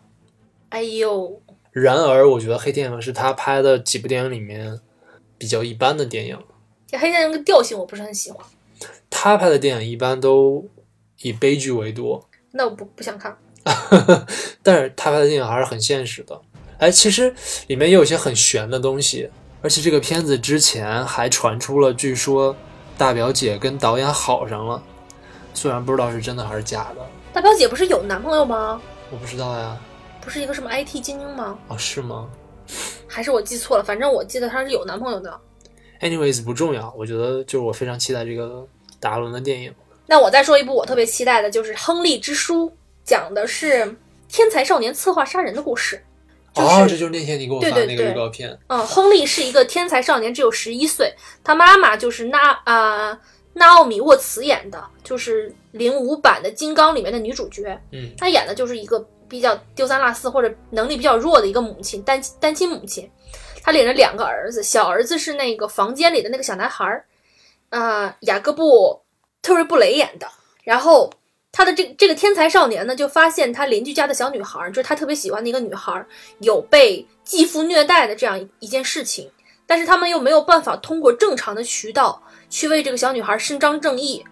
哎呦，
然而，我觉得《黑天鹅》是他拍的几部电影里面比较一般的电影。
这黑天鹅的调性我不是很喜欢，
他拍的电影一般都以悲剧为多，
那我不不想看。
但是他拍的电影还是很现实的。哎，其实里面也有一些很悬的东西，而且这个片子之前还传出了，据说大表姐跟导演好上了，虽然不知道是真的还是假的，
大表姐不是有男朋友吗？
我不知道呀。
不是一个什么 IT 精英吗？
哦，是吗
还是我记错了？反正我记得她是有男朋友的。
？anyways，不重要。我觉得就是我非常期待这个达伦的电影。
那我再说一部我特别期待的，就是《亨利之书》，讲的是天才少年策划杀人的故事。就是
哦，这就是那天你给我
对
发
对
那个预
对
告片。
嗯，亨利是一个天才少年，只有十一岁。他妈妈就是纳啊、纳奥米沃茨演的，就是零五版的《金刚》里面的女主角。
嗯
她演的就是一个比较丢三落四或者能力比较弱的一个母亲，单单亲母亲。她领着两个儿子，小儿子是那个房间里的那个小男孩儿，呃，雅各布·特瑞布雷演的。然后他的这这个天才少年呢，就发现他邻居家的小女孩儿，就是他特别喜欢的一个女孩儿，有被继父虐待的这样一一件事情，但是他们又没有办法通过正常的渠道去为这个小女孩伸张正义，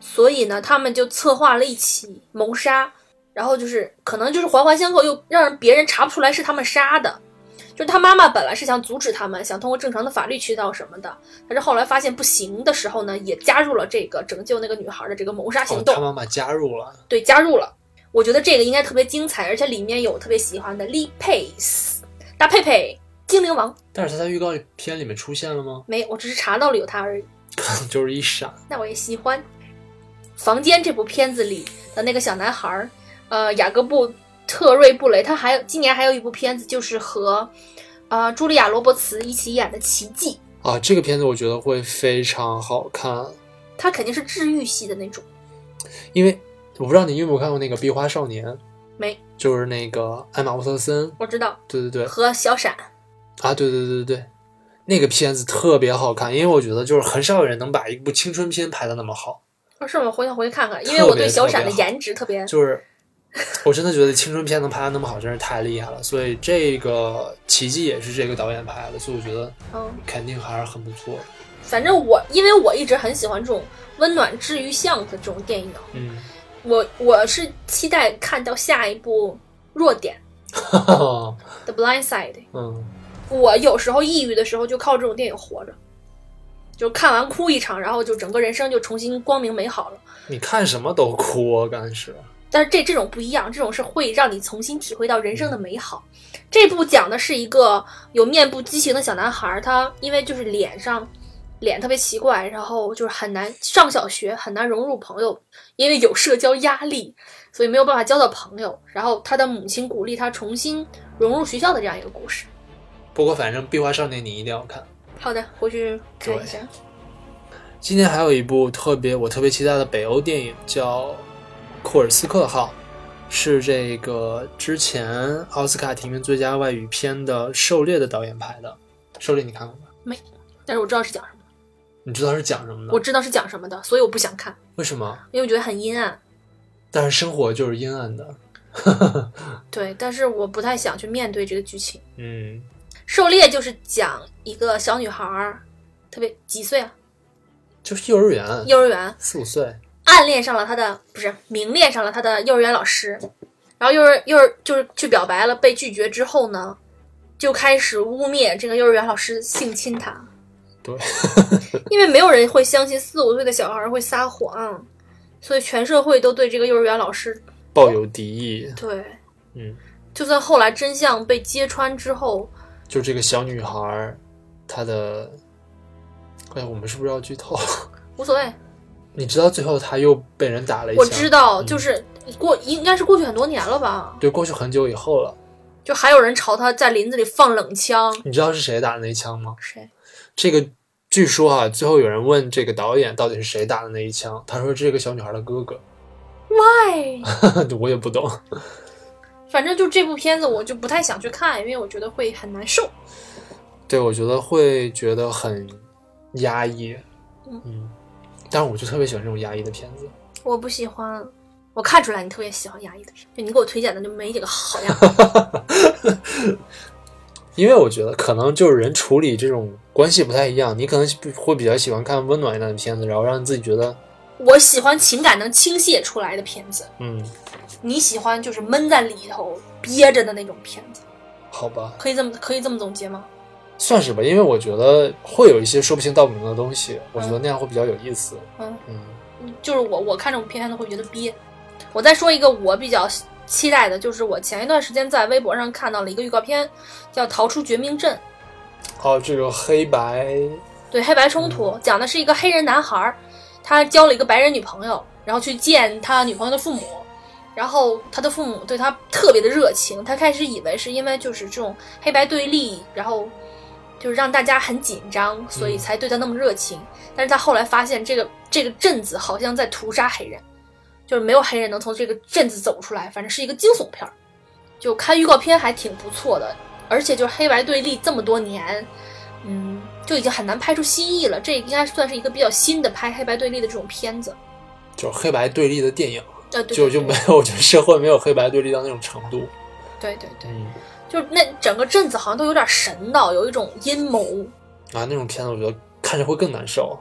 所以呢，他们就策划了一起谋杀，然后就是可能就是环环相扣，又让别人查不出来是他们杀的。就是他妈妈本来是想阻止他们，想通过正常的法律渠道什么的，但是后来发现不行的时候呢，也加入了这个拯救那个女孩的这个谋杀行
哦，
动
他。妈妈加入了。
对，加入了。我觉得这个应该特别精彩，而且里面有我特别喜欢的 Lee Pace、大佩佩、精灵王。
但是他在预告片里面出现了吗？
没，我只是查到了有他而已。
就是一闪。
那我也喜欢。《房间》这部片子里的那个小男孩儿，呃，雅各布·特瑞布雷，他还有今年还有一部片子，就是和呃茱莉亚·罗伯茨一起演的《奇迹
啊，这个片子我觉得会非常好看，》，
他肯定是治愈系的那种。
因为我不知道你有没有看过那个《壁花少年》，
没，
就是那个艾玛沃特森，
我知道
对对对，
和小闪，
啊，对对对对对，那个片子特别好看，因为我觉得就是很少有人能把一部青春片拍的那么好，
哦是吗？回头回去看看，因为
特
我
别
对小
特别
闪的
好
颜值特别
就是我真的觉得青春片能拍的那么好，真是太厉害了。所以这个《奇迹》也是这个导演拍的，所以我觉得
嗯。
肯定还是很不错的。
反正我，因为我一直很喜欢这种温暖治愈向的这种电影，
嗯，
我我是期待看到下一部《弱点
哈哈，》
The Blind Side。
嗯，
我有时候抑郁的时候就靠这种电影活着，就看完哭一场，然后就整个人生就重新光明美好了。
你看什么都哭，我感觉是。
但是这这种不一样，这种是会让你重新体会到人生的美好。这部讲的是一个有面部畸形的小男孩儿，他因为就是脸上脸特别奇怪，然后就是很难上小学，很难融入朋友，因为有社交压力，所以没有办法交到朋友。然后他的母亲鼓励他重新融入学校的这样一个故事。
不过反正《壁花少年》你一定要看。
好的，回去看一下。
今年还有一部特别我特别期待的北欧电影叫《库尔斯克号》，是这个之前奥斯卡提名最佳外语片的《狩猎》的导演拍的。《狩猎》你看过吗？
但是我知道是讲什么，
你知道是讲什么
我
的？
知道是讲什么的，所以我不想看，
为什么？
因为我觉得很阴暗。
但是生活就是阴暗的。
对，但是我不太想去面对这个剧情。
嗯，
狩猎就是讲一个小女孩儿，特别几岁啊？
就是幼儿园，
幼儿园
四五岁，
暗恋上了他的，不是明恋上了他的幼儿园老师，然后幼儿幼儿就是去表白了，被拒绝之后呢，就开始污蔑这个幼儿园老师性侵他。
对，
因为没有人会相信四五岁的小孩会撒谎，所以全社会都对这个幼儿园老师
抱有敌意。
对，
嗯，
就算后来真相被揭穿之后，
就这个小女孩儿，她的，哎，我们是不是要剧透？
无所谓。
你知道最后她又被人打了一下？
我知道，
嗯
就是过应该是过去很多年了吧，
对，过去很久以后了。
就还有人朝他在林子里放冷枪。
你知道是谁打的那一枪吗？
谁？
这个据说啊，最后有人问这个导演到底是谁打的那一枪，他说这个小女孩的哥 哥，
哎，
我也不懂。
反正就这部片子，我就不太想去看，因为我觉得会很难受。
对，我觉得会觉得很压抑，
嗯
嗯，但是我就特别喜欢这种压抑的片子。
我不喜欢，我看出来你特别喜欢压抑的片，就你给我推荐的就没几个好呀。
因为我觉得可能就是人处理这种关系不太一样，你可能会比较喜欢看温暖一点的片子，然后让你自己觉得，
我喜欢情感能倾泻出来的片子，
嗯，
你喜欢就是闷在里头憋着的那种片子，
好吧，
可以这么可以这么总结吗？
算是吧。因为我觉得会有一些说不清道不明的东西，我觉得那样会比较有意思。
嗯
嗯，
嗯就是我我看这种片子会觉得憋。我再说一个我比较期待的，就是我前一段时间在微博上看到了一个预告片，叫《逃出绝命镇》，
哦，这个黑白，
对黑白冲突，讲的是一个黑人男孩儿，他交了一个白人女朋友，然后去见他女朋友的父母，然后他的父母对他特别的热情，他开始以为是因为就是这种黑白对立，然后就是让大家很紧张，所以才对他那么热情。但是他后来发现，这个这个镇子好像在屠杀黑人，就是没有黑人能从这个镇子走出来，反正是一个惊悚片儿。就看预告片还挺不错的，而且就是黑白对立这么多年，嗯，就已经很难拍出新意了。这应该算是一个比较新的拍黑白对立的这种片子。
就是黑白对立的电影，
呃，对
就
对
就
对
没有，我觉得社会没有黑白对立到那种程度。
对对对，
嗯，
就是那整个镇子好像都有点神道，有一种阴谋。
啊，那种片子我觉得看着会更难受。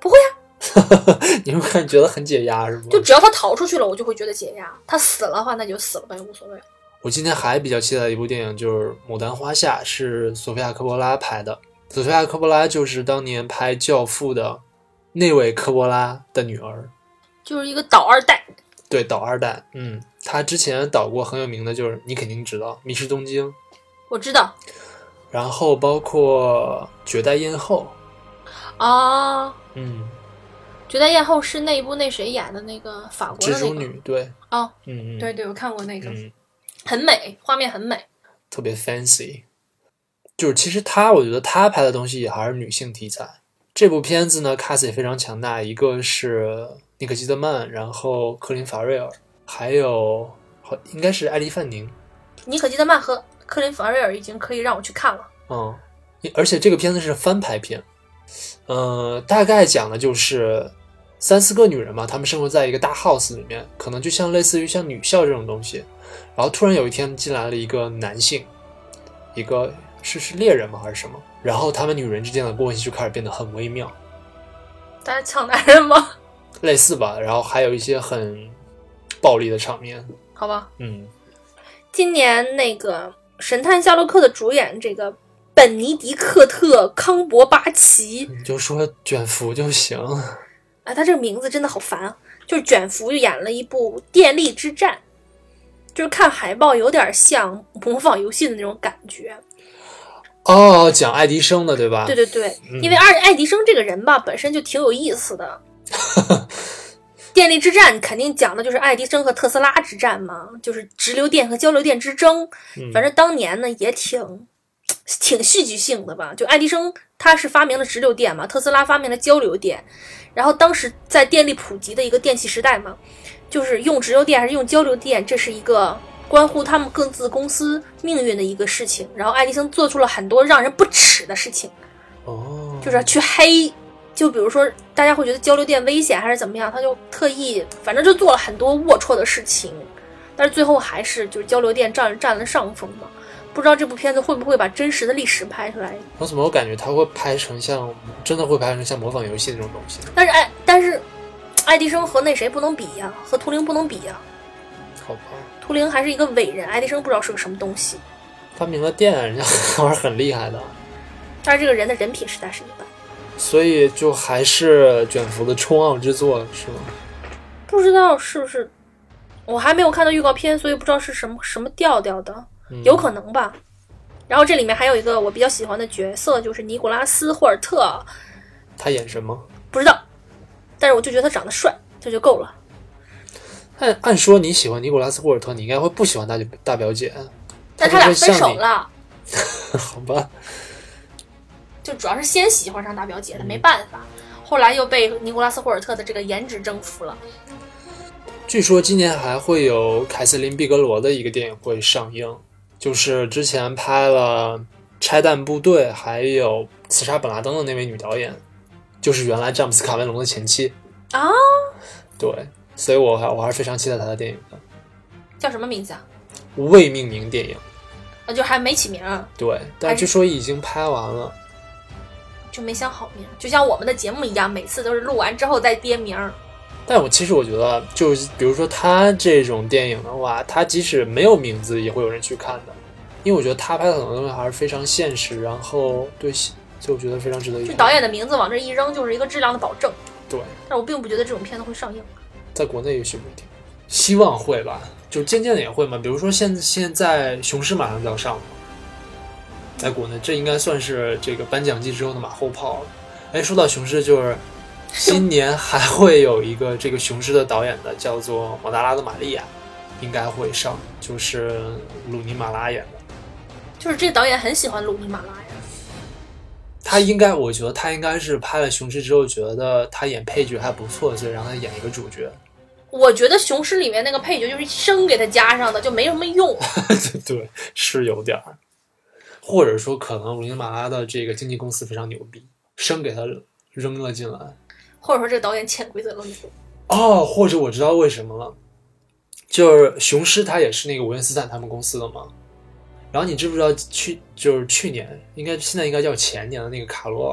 不会
啊， 你会看觉得很解压是吗？
就只要他逃出去了，我就会觉得解压。他死了的话，那就死了呗，无所谓。
我今天还比较期待的一部电影就是《牡丹花下》，是索菲亚·科波拉拍的。索菲亚·科波拉就是当年拍《教父》的那位科波拉的女儿，
就是一个倒二代，
对，导二代。嗯，她之前导过很有名的，就是你肯定知道《迷失东京》，
我知道
然后包括《绝代艳后》。
啊。
嗯，
绝代艳后是那一部那谁演的那个法国的
蜘
那
蛛
个
女，对，
哦，
嗯嗯，
对，对，我看过那个，
嗯，
很美，画面很美。
特别 fancy。就是其实她，我觉得她拍的东西也还是女性题材。这部片子呢，cast 也非常强大，一个是尼可基德曼，然后科林法瑞尔，还有好应该是艾莉范宁，
妮可基德曼和科林·法瑞尔已经可以让我去看了。
嗯，而且这个片子是翻拍片，呃，大概讲的就是三四个女人嘛，她们生活在一个大 house 里面，可能就像类似于像女校这种东西，然后突然有一天进来了一个男性，一个是是猎人吗还是什么，然后她们女人之间的关系就开始变得很微妙，
大家抢男人吗？
类似吧，然后还有一些很暴力的场面，
好吧，
嗯，
今年那个《神探夏洛克》的主演这个本尼迪克特·康伯巴奇，
你就说卷福就行，
啊，他这个名字真的好烦啊！就是卷福演了一部《电力之战》，就是看海报有点像模仿游戏的那种感觉。
哦，讲爱迪生的对吧？
对对对，
嗯
因为二爱迪生这个人吧，本身就挺有意思的。电力之战肯定讲的就是爱迪生和特斯拉之战嘛，就是直流电和交流电之争。
嗯
反正当年呢也挺挺戏剧性的吧。就爱迪生他是发明了直流电嘛，特斯拉发明了交流电，然后当时在电力普及的一个电气时代嘛，就是用直流电还是用交流电，这是一个关乎他们各自公司命运的一个事情。然后爱迪生做出了很多让人不齿的事情。
哦，
就是去黑，就比如说大家会觉得交流电危险还是怎么样，他就特意反正就做了很多龌龊的事情，但是最后还是就是交流电占占了上风嘛。不知道这部片子会不会把真实的历史拍出来？
我怎么我感觉它会拍成像真的会拍成像模仿游戏那种东西？
但是哎，但是爱迪生和那谁不能比呀、和图灵不能比呀、
好吧，
图灵还是一个伟人，爱迪生不知道是个什么东西。
发明了电，啊人家 还是很厉害的。
但是这个人的人品实在是一般，
所以就还是卷福的冲奥之作是吗？
不知道是不是，我还没有看到预告片，所以不知道是什么什么调调的，
嗯
有可能吧。然后这里面还有一个我比较喜欢的角色，就是尼古拉斯·霍尔特，
他演什么？
不知道，但是我就觉得他长得帅，这就够了。
按按说你喜欢尼古拉斯霍尔特，你应该会不喜欢大姐大表姐。
但他
他
俩
就会
分
像
手
你，
了，
好吧？
就主要是先喜欢上大表姐的，没办法。后来又被尼古拉斯·霍尔特的这个颜值征服了。
据说今年还会有凯瑟琳·毕格罗的一个电影会上映，就是之前拍了《拆弹部队》还有《刺杀本拉登》的那位女导演，就是原来詹姆斯·卡梅隆的前妻
啊。
对，所以我还我还是非常期待她的电影的，
叫什么名字啊？
未命名电影。
啊，就还没起名儿，
对，但据说已经拍完了。
就没想好名儿。就像我们的节目一样，每次都是录完之后再憋名儿。
但我其实我觉得，就是比如说他这种电影的话，他即使没有名字，也会有人去看的，因为我觉得他拍的很多东西还是非常现实，然后对，就我觉得非常值得一
就
看。
导演的名字往这一扔，就是一个质量的保证。
对，
但我并不觉得这种片子会上映。
在国内也许不一定，希望会吧，就渐渐的也会嘛。比如说现现在《雄狮》马上就要上了，在国内这应该算是这个颁奖季之后的马后炮了。哎，说到《雄狮》，就是今年还会有一个这个《雄狮》的导演的，叫做《摩达拉的玛利亚》，应该会上，就是鲁尼马拉演的。
就是这导演很喜欢鲁尼马拉呀，
他应该，我觉得他应该是拍了《雄狮》之后，觉得他演配角还不错，所以让他演一个主角。
我觉得《雄狮》里面那个配角就是生给他加上的，就没什 么用。
对，是有点儿，或者说可能鲁尼马拉的这个经纪公司非常牛逼，生给他扔了进来。
或者说这个导演潜规则更多。
哦，或者我知道为什么了，就是雄狮它也是那个维恩斯坦他们公司的嘛。然后你知不知道去就是去年应该现在应该叫前年的那个卡罗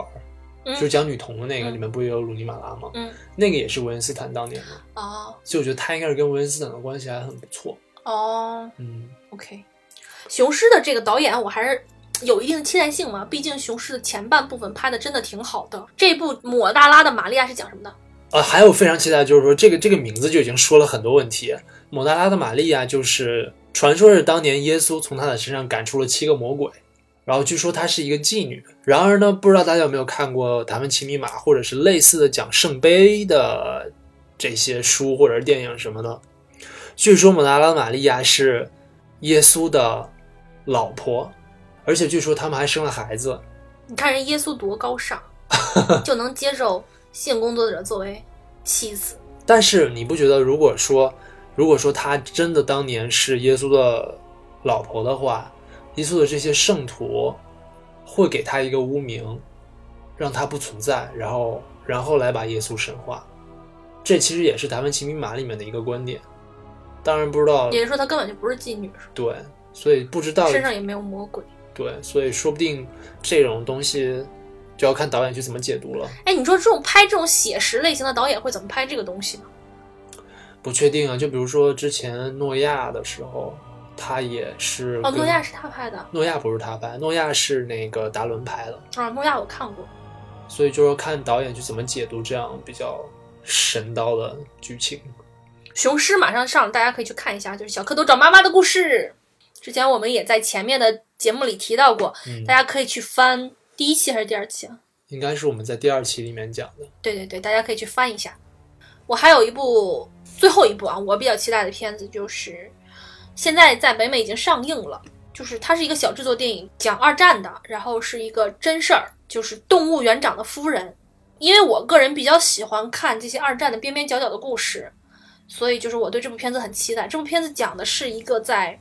尔，就
嗯
讲女童的那个，
嗯
里面不也有鲁尼马拉吗？
嗯，
那个也是维恩斯坦当年的，
哦
所以我觉得他应该是跟维恩斯坦的关系还很不错。
哦
嗯，
，OK，《雄狮》的这个导演我还是。有一定期待性嘛，毕竟《雄狮》的前半部分拍的真的挺好的。这部《抹大拉的玛利亚》是讲什么的？
呃，还有非常期待，就是说这个这个名字就已经说了很多问题。抹大拉的玛利亚就是传说是当年耶稣从她的身上赶出了七个魔鬼，然后据说她是一个妓女。然而呢，不知道大家有没有看过《达芬奇密码》或者是类似的讲圣杯的这些书或者是电影什么的。据说抹大拉的玛利亚是耶稣的老婆，而且据说他们还生了孩子。
你看人耶稣多高 尚，就能接受性工作者作为妻子。
但是你不觉得，如果说，如果说她真的当年是耶稣的老婆的话，耶稣的这些圣徒会给她一个污名，让她不存在，然后然后来把耶稣神化。这其实也是《达芬奇密码》里面的一个观点。当然不知道
也，就是说，她根本就不是妓女，
对，所以不知哦道
身上也没有魔鬼。
对，所以说不定这种东西就要看导演去怎么解读了。
哎，你说这种拍这种写实类型的导演会怎么拍这个东西呢？
不确定啊，就比如说之前诺亚的时候，他也是
哦，
跟
诺亚是他拍的
诺亚不是他拍，诺亚是那个达伦拍的，
啊，诺亚我看过。
所以就说看导演去怎么解读这样比较神叨的剧情。
雄狮马上上，大家可以去看一下，就是小蝌蚪找妈妈的故事。之前我们也在前面的节目里提到过，
嗯
大，家可以去翻第一期还是第二期啊？
应该是我们在第二期里面讲的。
对对对，大家可以去翻一下。我还有一部最后一部啊，我比较期待的片子就是，现在在北美已经上映了，就是它是一个小制作电影，讲二战的，然后是一个真事儿，就是动物园长的夫人。因为我个人比较喜欢看这些二战的边边角角的故事，所以就是我对这部片子很期待。这部片子讲的是一个在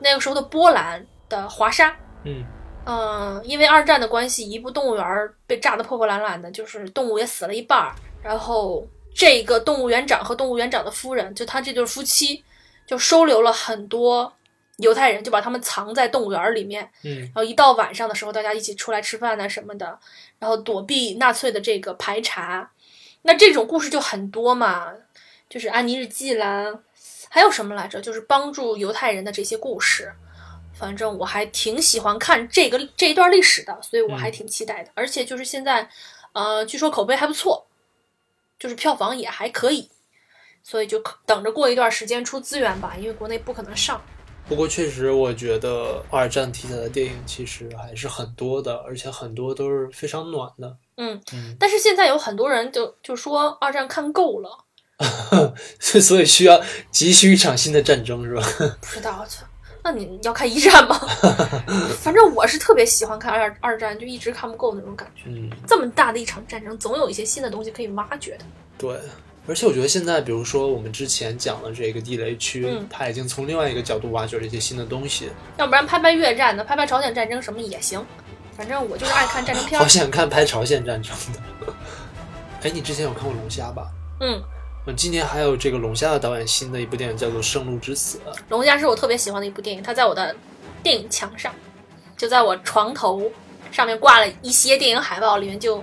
那个时候的波兰的华沙，
嗯，
嗯，因为二战的关系，一部动物园儿被炸得破破烂烂的，就是动物也死了一半儿。然后这个动物园长和动物园长的夫人，就他这对夫妻，就收留了很多犹太人，就把他们藏在动物园儿里面。
嗯，
然后一到晚上的时候，大家一起出来吃饭啊什么的，然后躲避纳粹的这个排查。那这种故事就很多嘛，就是安妮日记啦，还有什么来着？就是帮助犹太人的这些故事。反正我还挺喜欢看这个这一段历史的，所以我还挺期待的。而且就是现在，呃，据说口碑还不错，就是票房也还可以，所以就可等着过一段时间出资源吧，因为国内不可能上。
不过确实，我觉得二战题材的电影其实还是很多的，而且很多都是非常暖的。
嗯
嗯，
但是现在有很多人就就说二战看够了，
所以所以需要急需一场新的战争，是吧？嗯
不知道，操那你要看一战吗？反正我是特别喜欢看二二战，就一直看不够那种感觉。
嗯，
这么大的一场战争，总有一些新的东西可以挖掘的。
对。而且我觉得现在，比如说我们之前讲的这个地雷区，
嗯
它已经从另外一个角度挖掘了一些新的东西。
要不然拍拍越战的，拍拍朝鲜战争什么也行。反正我就是爱看战争片
好
儿。
想看拍朝鲜战争的。哎，你之前有看过《龙虾》吧？
嗯，
嗯，今年还有这个《龙虾》的导演新的一部电影叫做《圣路之死》。
龙虾是我特别喜欢的一部电影，它在我的电影墙上，就在我床头上面挂了一些电影海报，里面就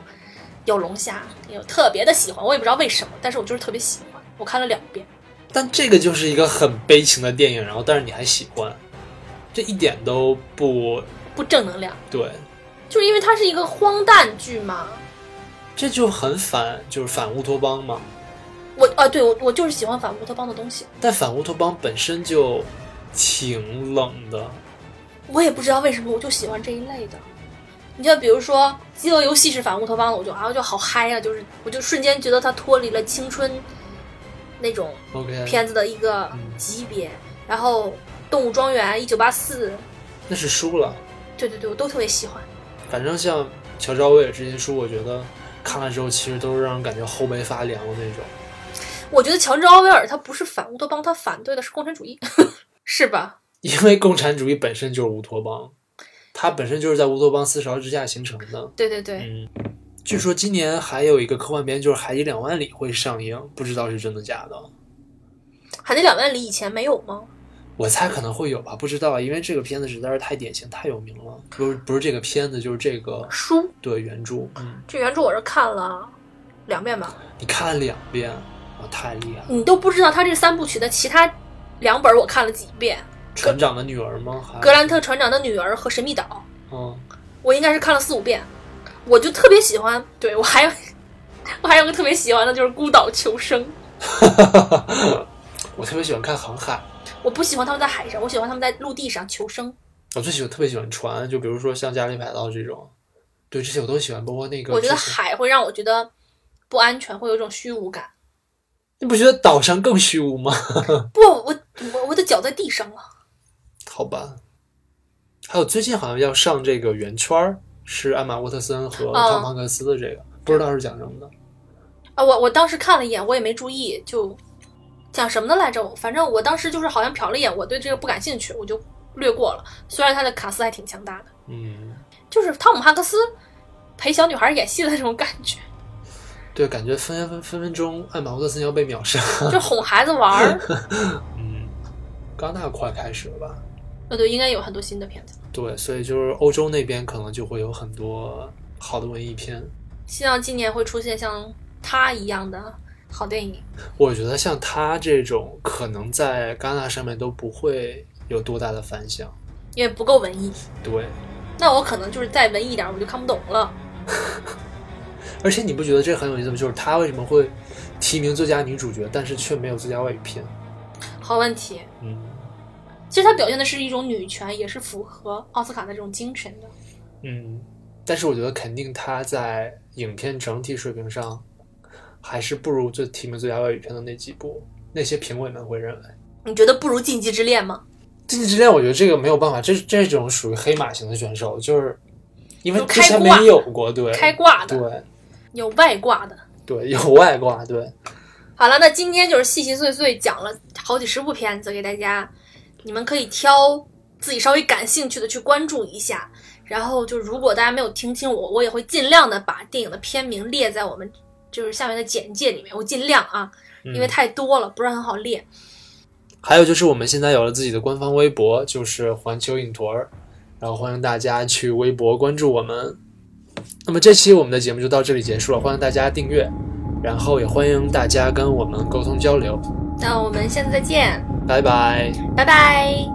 有龙虾，有特别的喜欢，我也不知道为什么，但是我就是特别喜欢，我看了两遍。
但这个就是一个很悲情的电影，然后但是你还喜欢，这一点都不
不正能量，
对，
就是因为它是一个荒诞剧嘛。
这就很反，就是反乌托邦嘛。
我啊，对我我就是喜欢反乌托邦的东西，
但反乌托邦本身就挺冷的，
我也不知道为什么，我就喜欢这一类的。你就比如说《饥饿游戏》是反乌托邦的，我就啊，我就好嗨啊，就是我就瞬间觉得它脱离了青春那种
OK，
片子的一个
嗯
级别。然后《动物庄园》一九八四，
那是输了。
对对对，我都特别喜欢。
反正像乔治奥威尔这些书，我觉得看了之后其实都是让人感觉后背发凉的那种。
我觉得乔治·奥威尔他不是反乌托邦，他反对的是共产主义， 是吧？
因为共产主义本身就是乌托邦，它本身就是在乌托邦思潮之下形成的。
对对对，
嗯，据说今年还有一个科幻片，就是《海底两万里》会上映，不知道是真的假的。
海底两万里以前没有吗？
我猜可能会有吧，不知道，因为这个片子实在是太典型、太有名了。不是不是这个片子，就是这个
书
对原著。嗯，
这原著我是看了两遍吧，
你看了两遍，啊，太厉害了！
你都不知道他这三部曲的其他两本我看了几遍，
船长的女儿吗？还
《格兰特船长的女儿》和《神秘岛》，
嗯，
我应该是看了四五遍，我就特别喜欢。对我还有我还有个特别喜欢的就是《孤岛求生》，
我特别喜欢看航海，
我不喜欢他们在海上，我喜欢他们在陆地上求生。
我最喜欢特别喜欢船，就比如说像《加勒比海盗》这种，对这些我都喜欢，包括那个
我觉得
之前
海会让我觉得不安全，会有一种虚无感。
你不觉得岛上更虚无吗？
不，我我我的脚在地上啊了。
好吧。还有最近好像要上这个圆圈儿，是艾玛沃特森和
啊
汤姆汉克斯的这个，不知道是讲什么的。
啊，我我当时看了一眼，我也没注意，就讲什么的来着？反正我当时就是好像瞟了一眼，我对这个不感兴趣，我就略过了。虽然他的卡斯还挺强大的，
嗯，
就是汤姆汉克斯陪小女孩演戏的那种感觉，
对，感觉分分分分钟艾玛沃特森要被秒杀。
就是哄孩子玩儿。
嗯，戛纳快开始了吧？
呃，对，应该有很多新的片子。
对，所以就是欧洲那边可能就会有很多好的文艺片。
希望今年会出现像他一样的好电影。
我觉得像他这种，可能在戛纳上面都不会有多大的反响。
因为不够文艺，
对，
那我可能就是再文艺一点，我就看不懂了。
而且你不觉得这很有意思吗？就是他为什么会提名最佳女主角，但是却没有最佳外语片？
好问题，
嗯。
其实它表现的是一种女权，也是符合奥斯卡的这种精神的。
嗯，但是我觉得肯定他在影片整体水平上，还是不如最提名最佳外语片的那几部。那些评委们会认为，《
你觉得不如《禁忌之恋》吗？
禁忌之恋》我觉得这个没有办法，这这种属于黑马型的选手，就是因为
就
之
开
前没
挂
有过，对，
开挂的，
对
有外挂的。
对，有外挂，对，
好了，那今天就是细细碎碎讲了好几十部片子给大家，你们可以挑自己稍微感兴趣的去关注一下。然后就如果大家没有听清我，我也会尽量的把电影的片名列在我们就是下面的简介里面，我尽量啊，因
嗯
为太多了，不是很好列。
还有就是我们现在有了自己的官方微博，就是环球影屯儿，然后欢迎大家去微博关注我们。那么这期我们的节目就到这里结束了，欢迎大家订阅，然后也欢迎大家跟我们沟通交流。
那我们下次再见，
拜拜。
拜拜。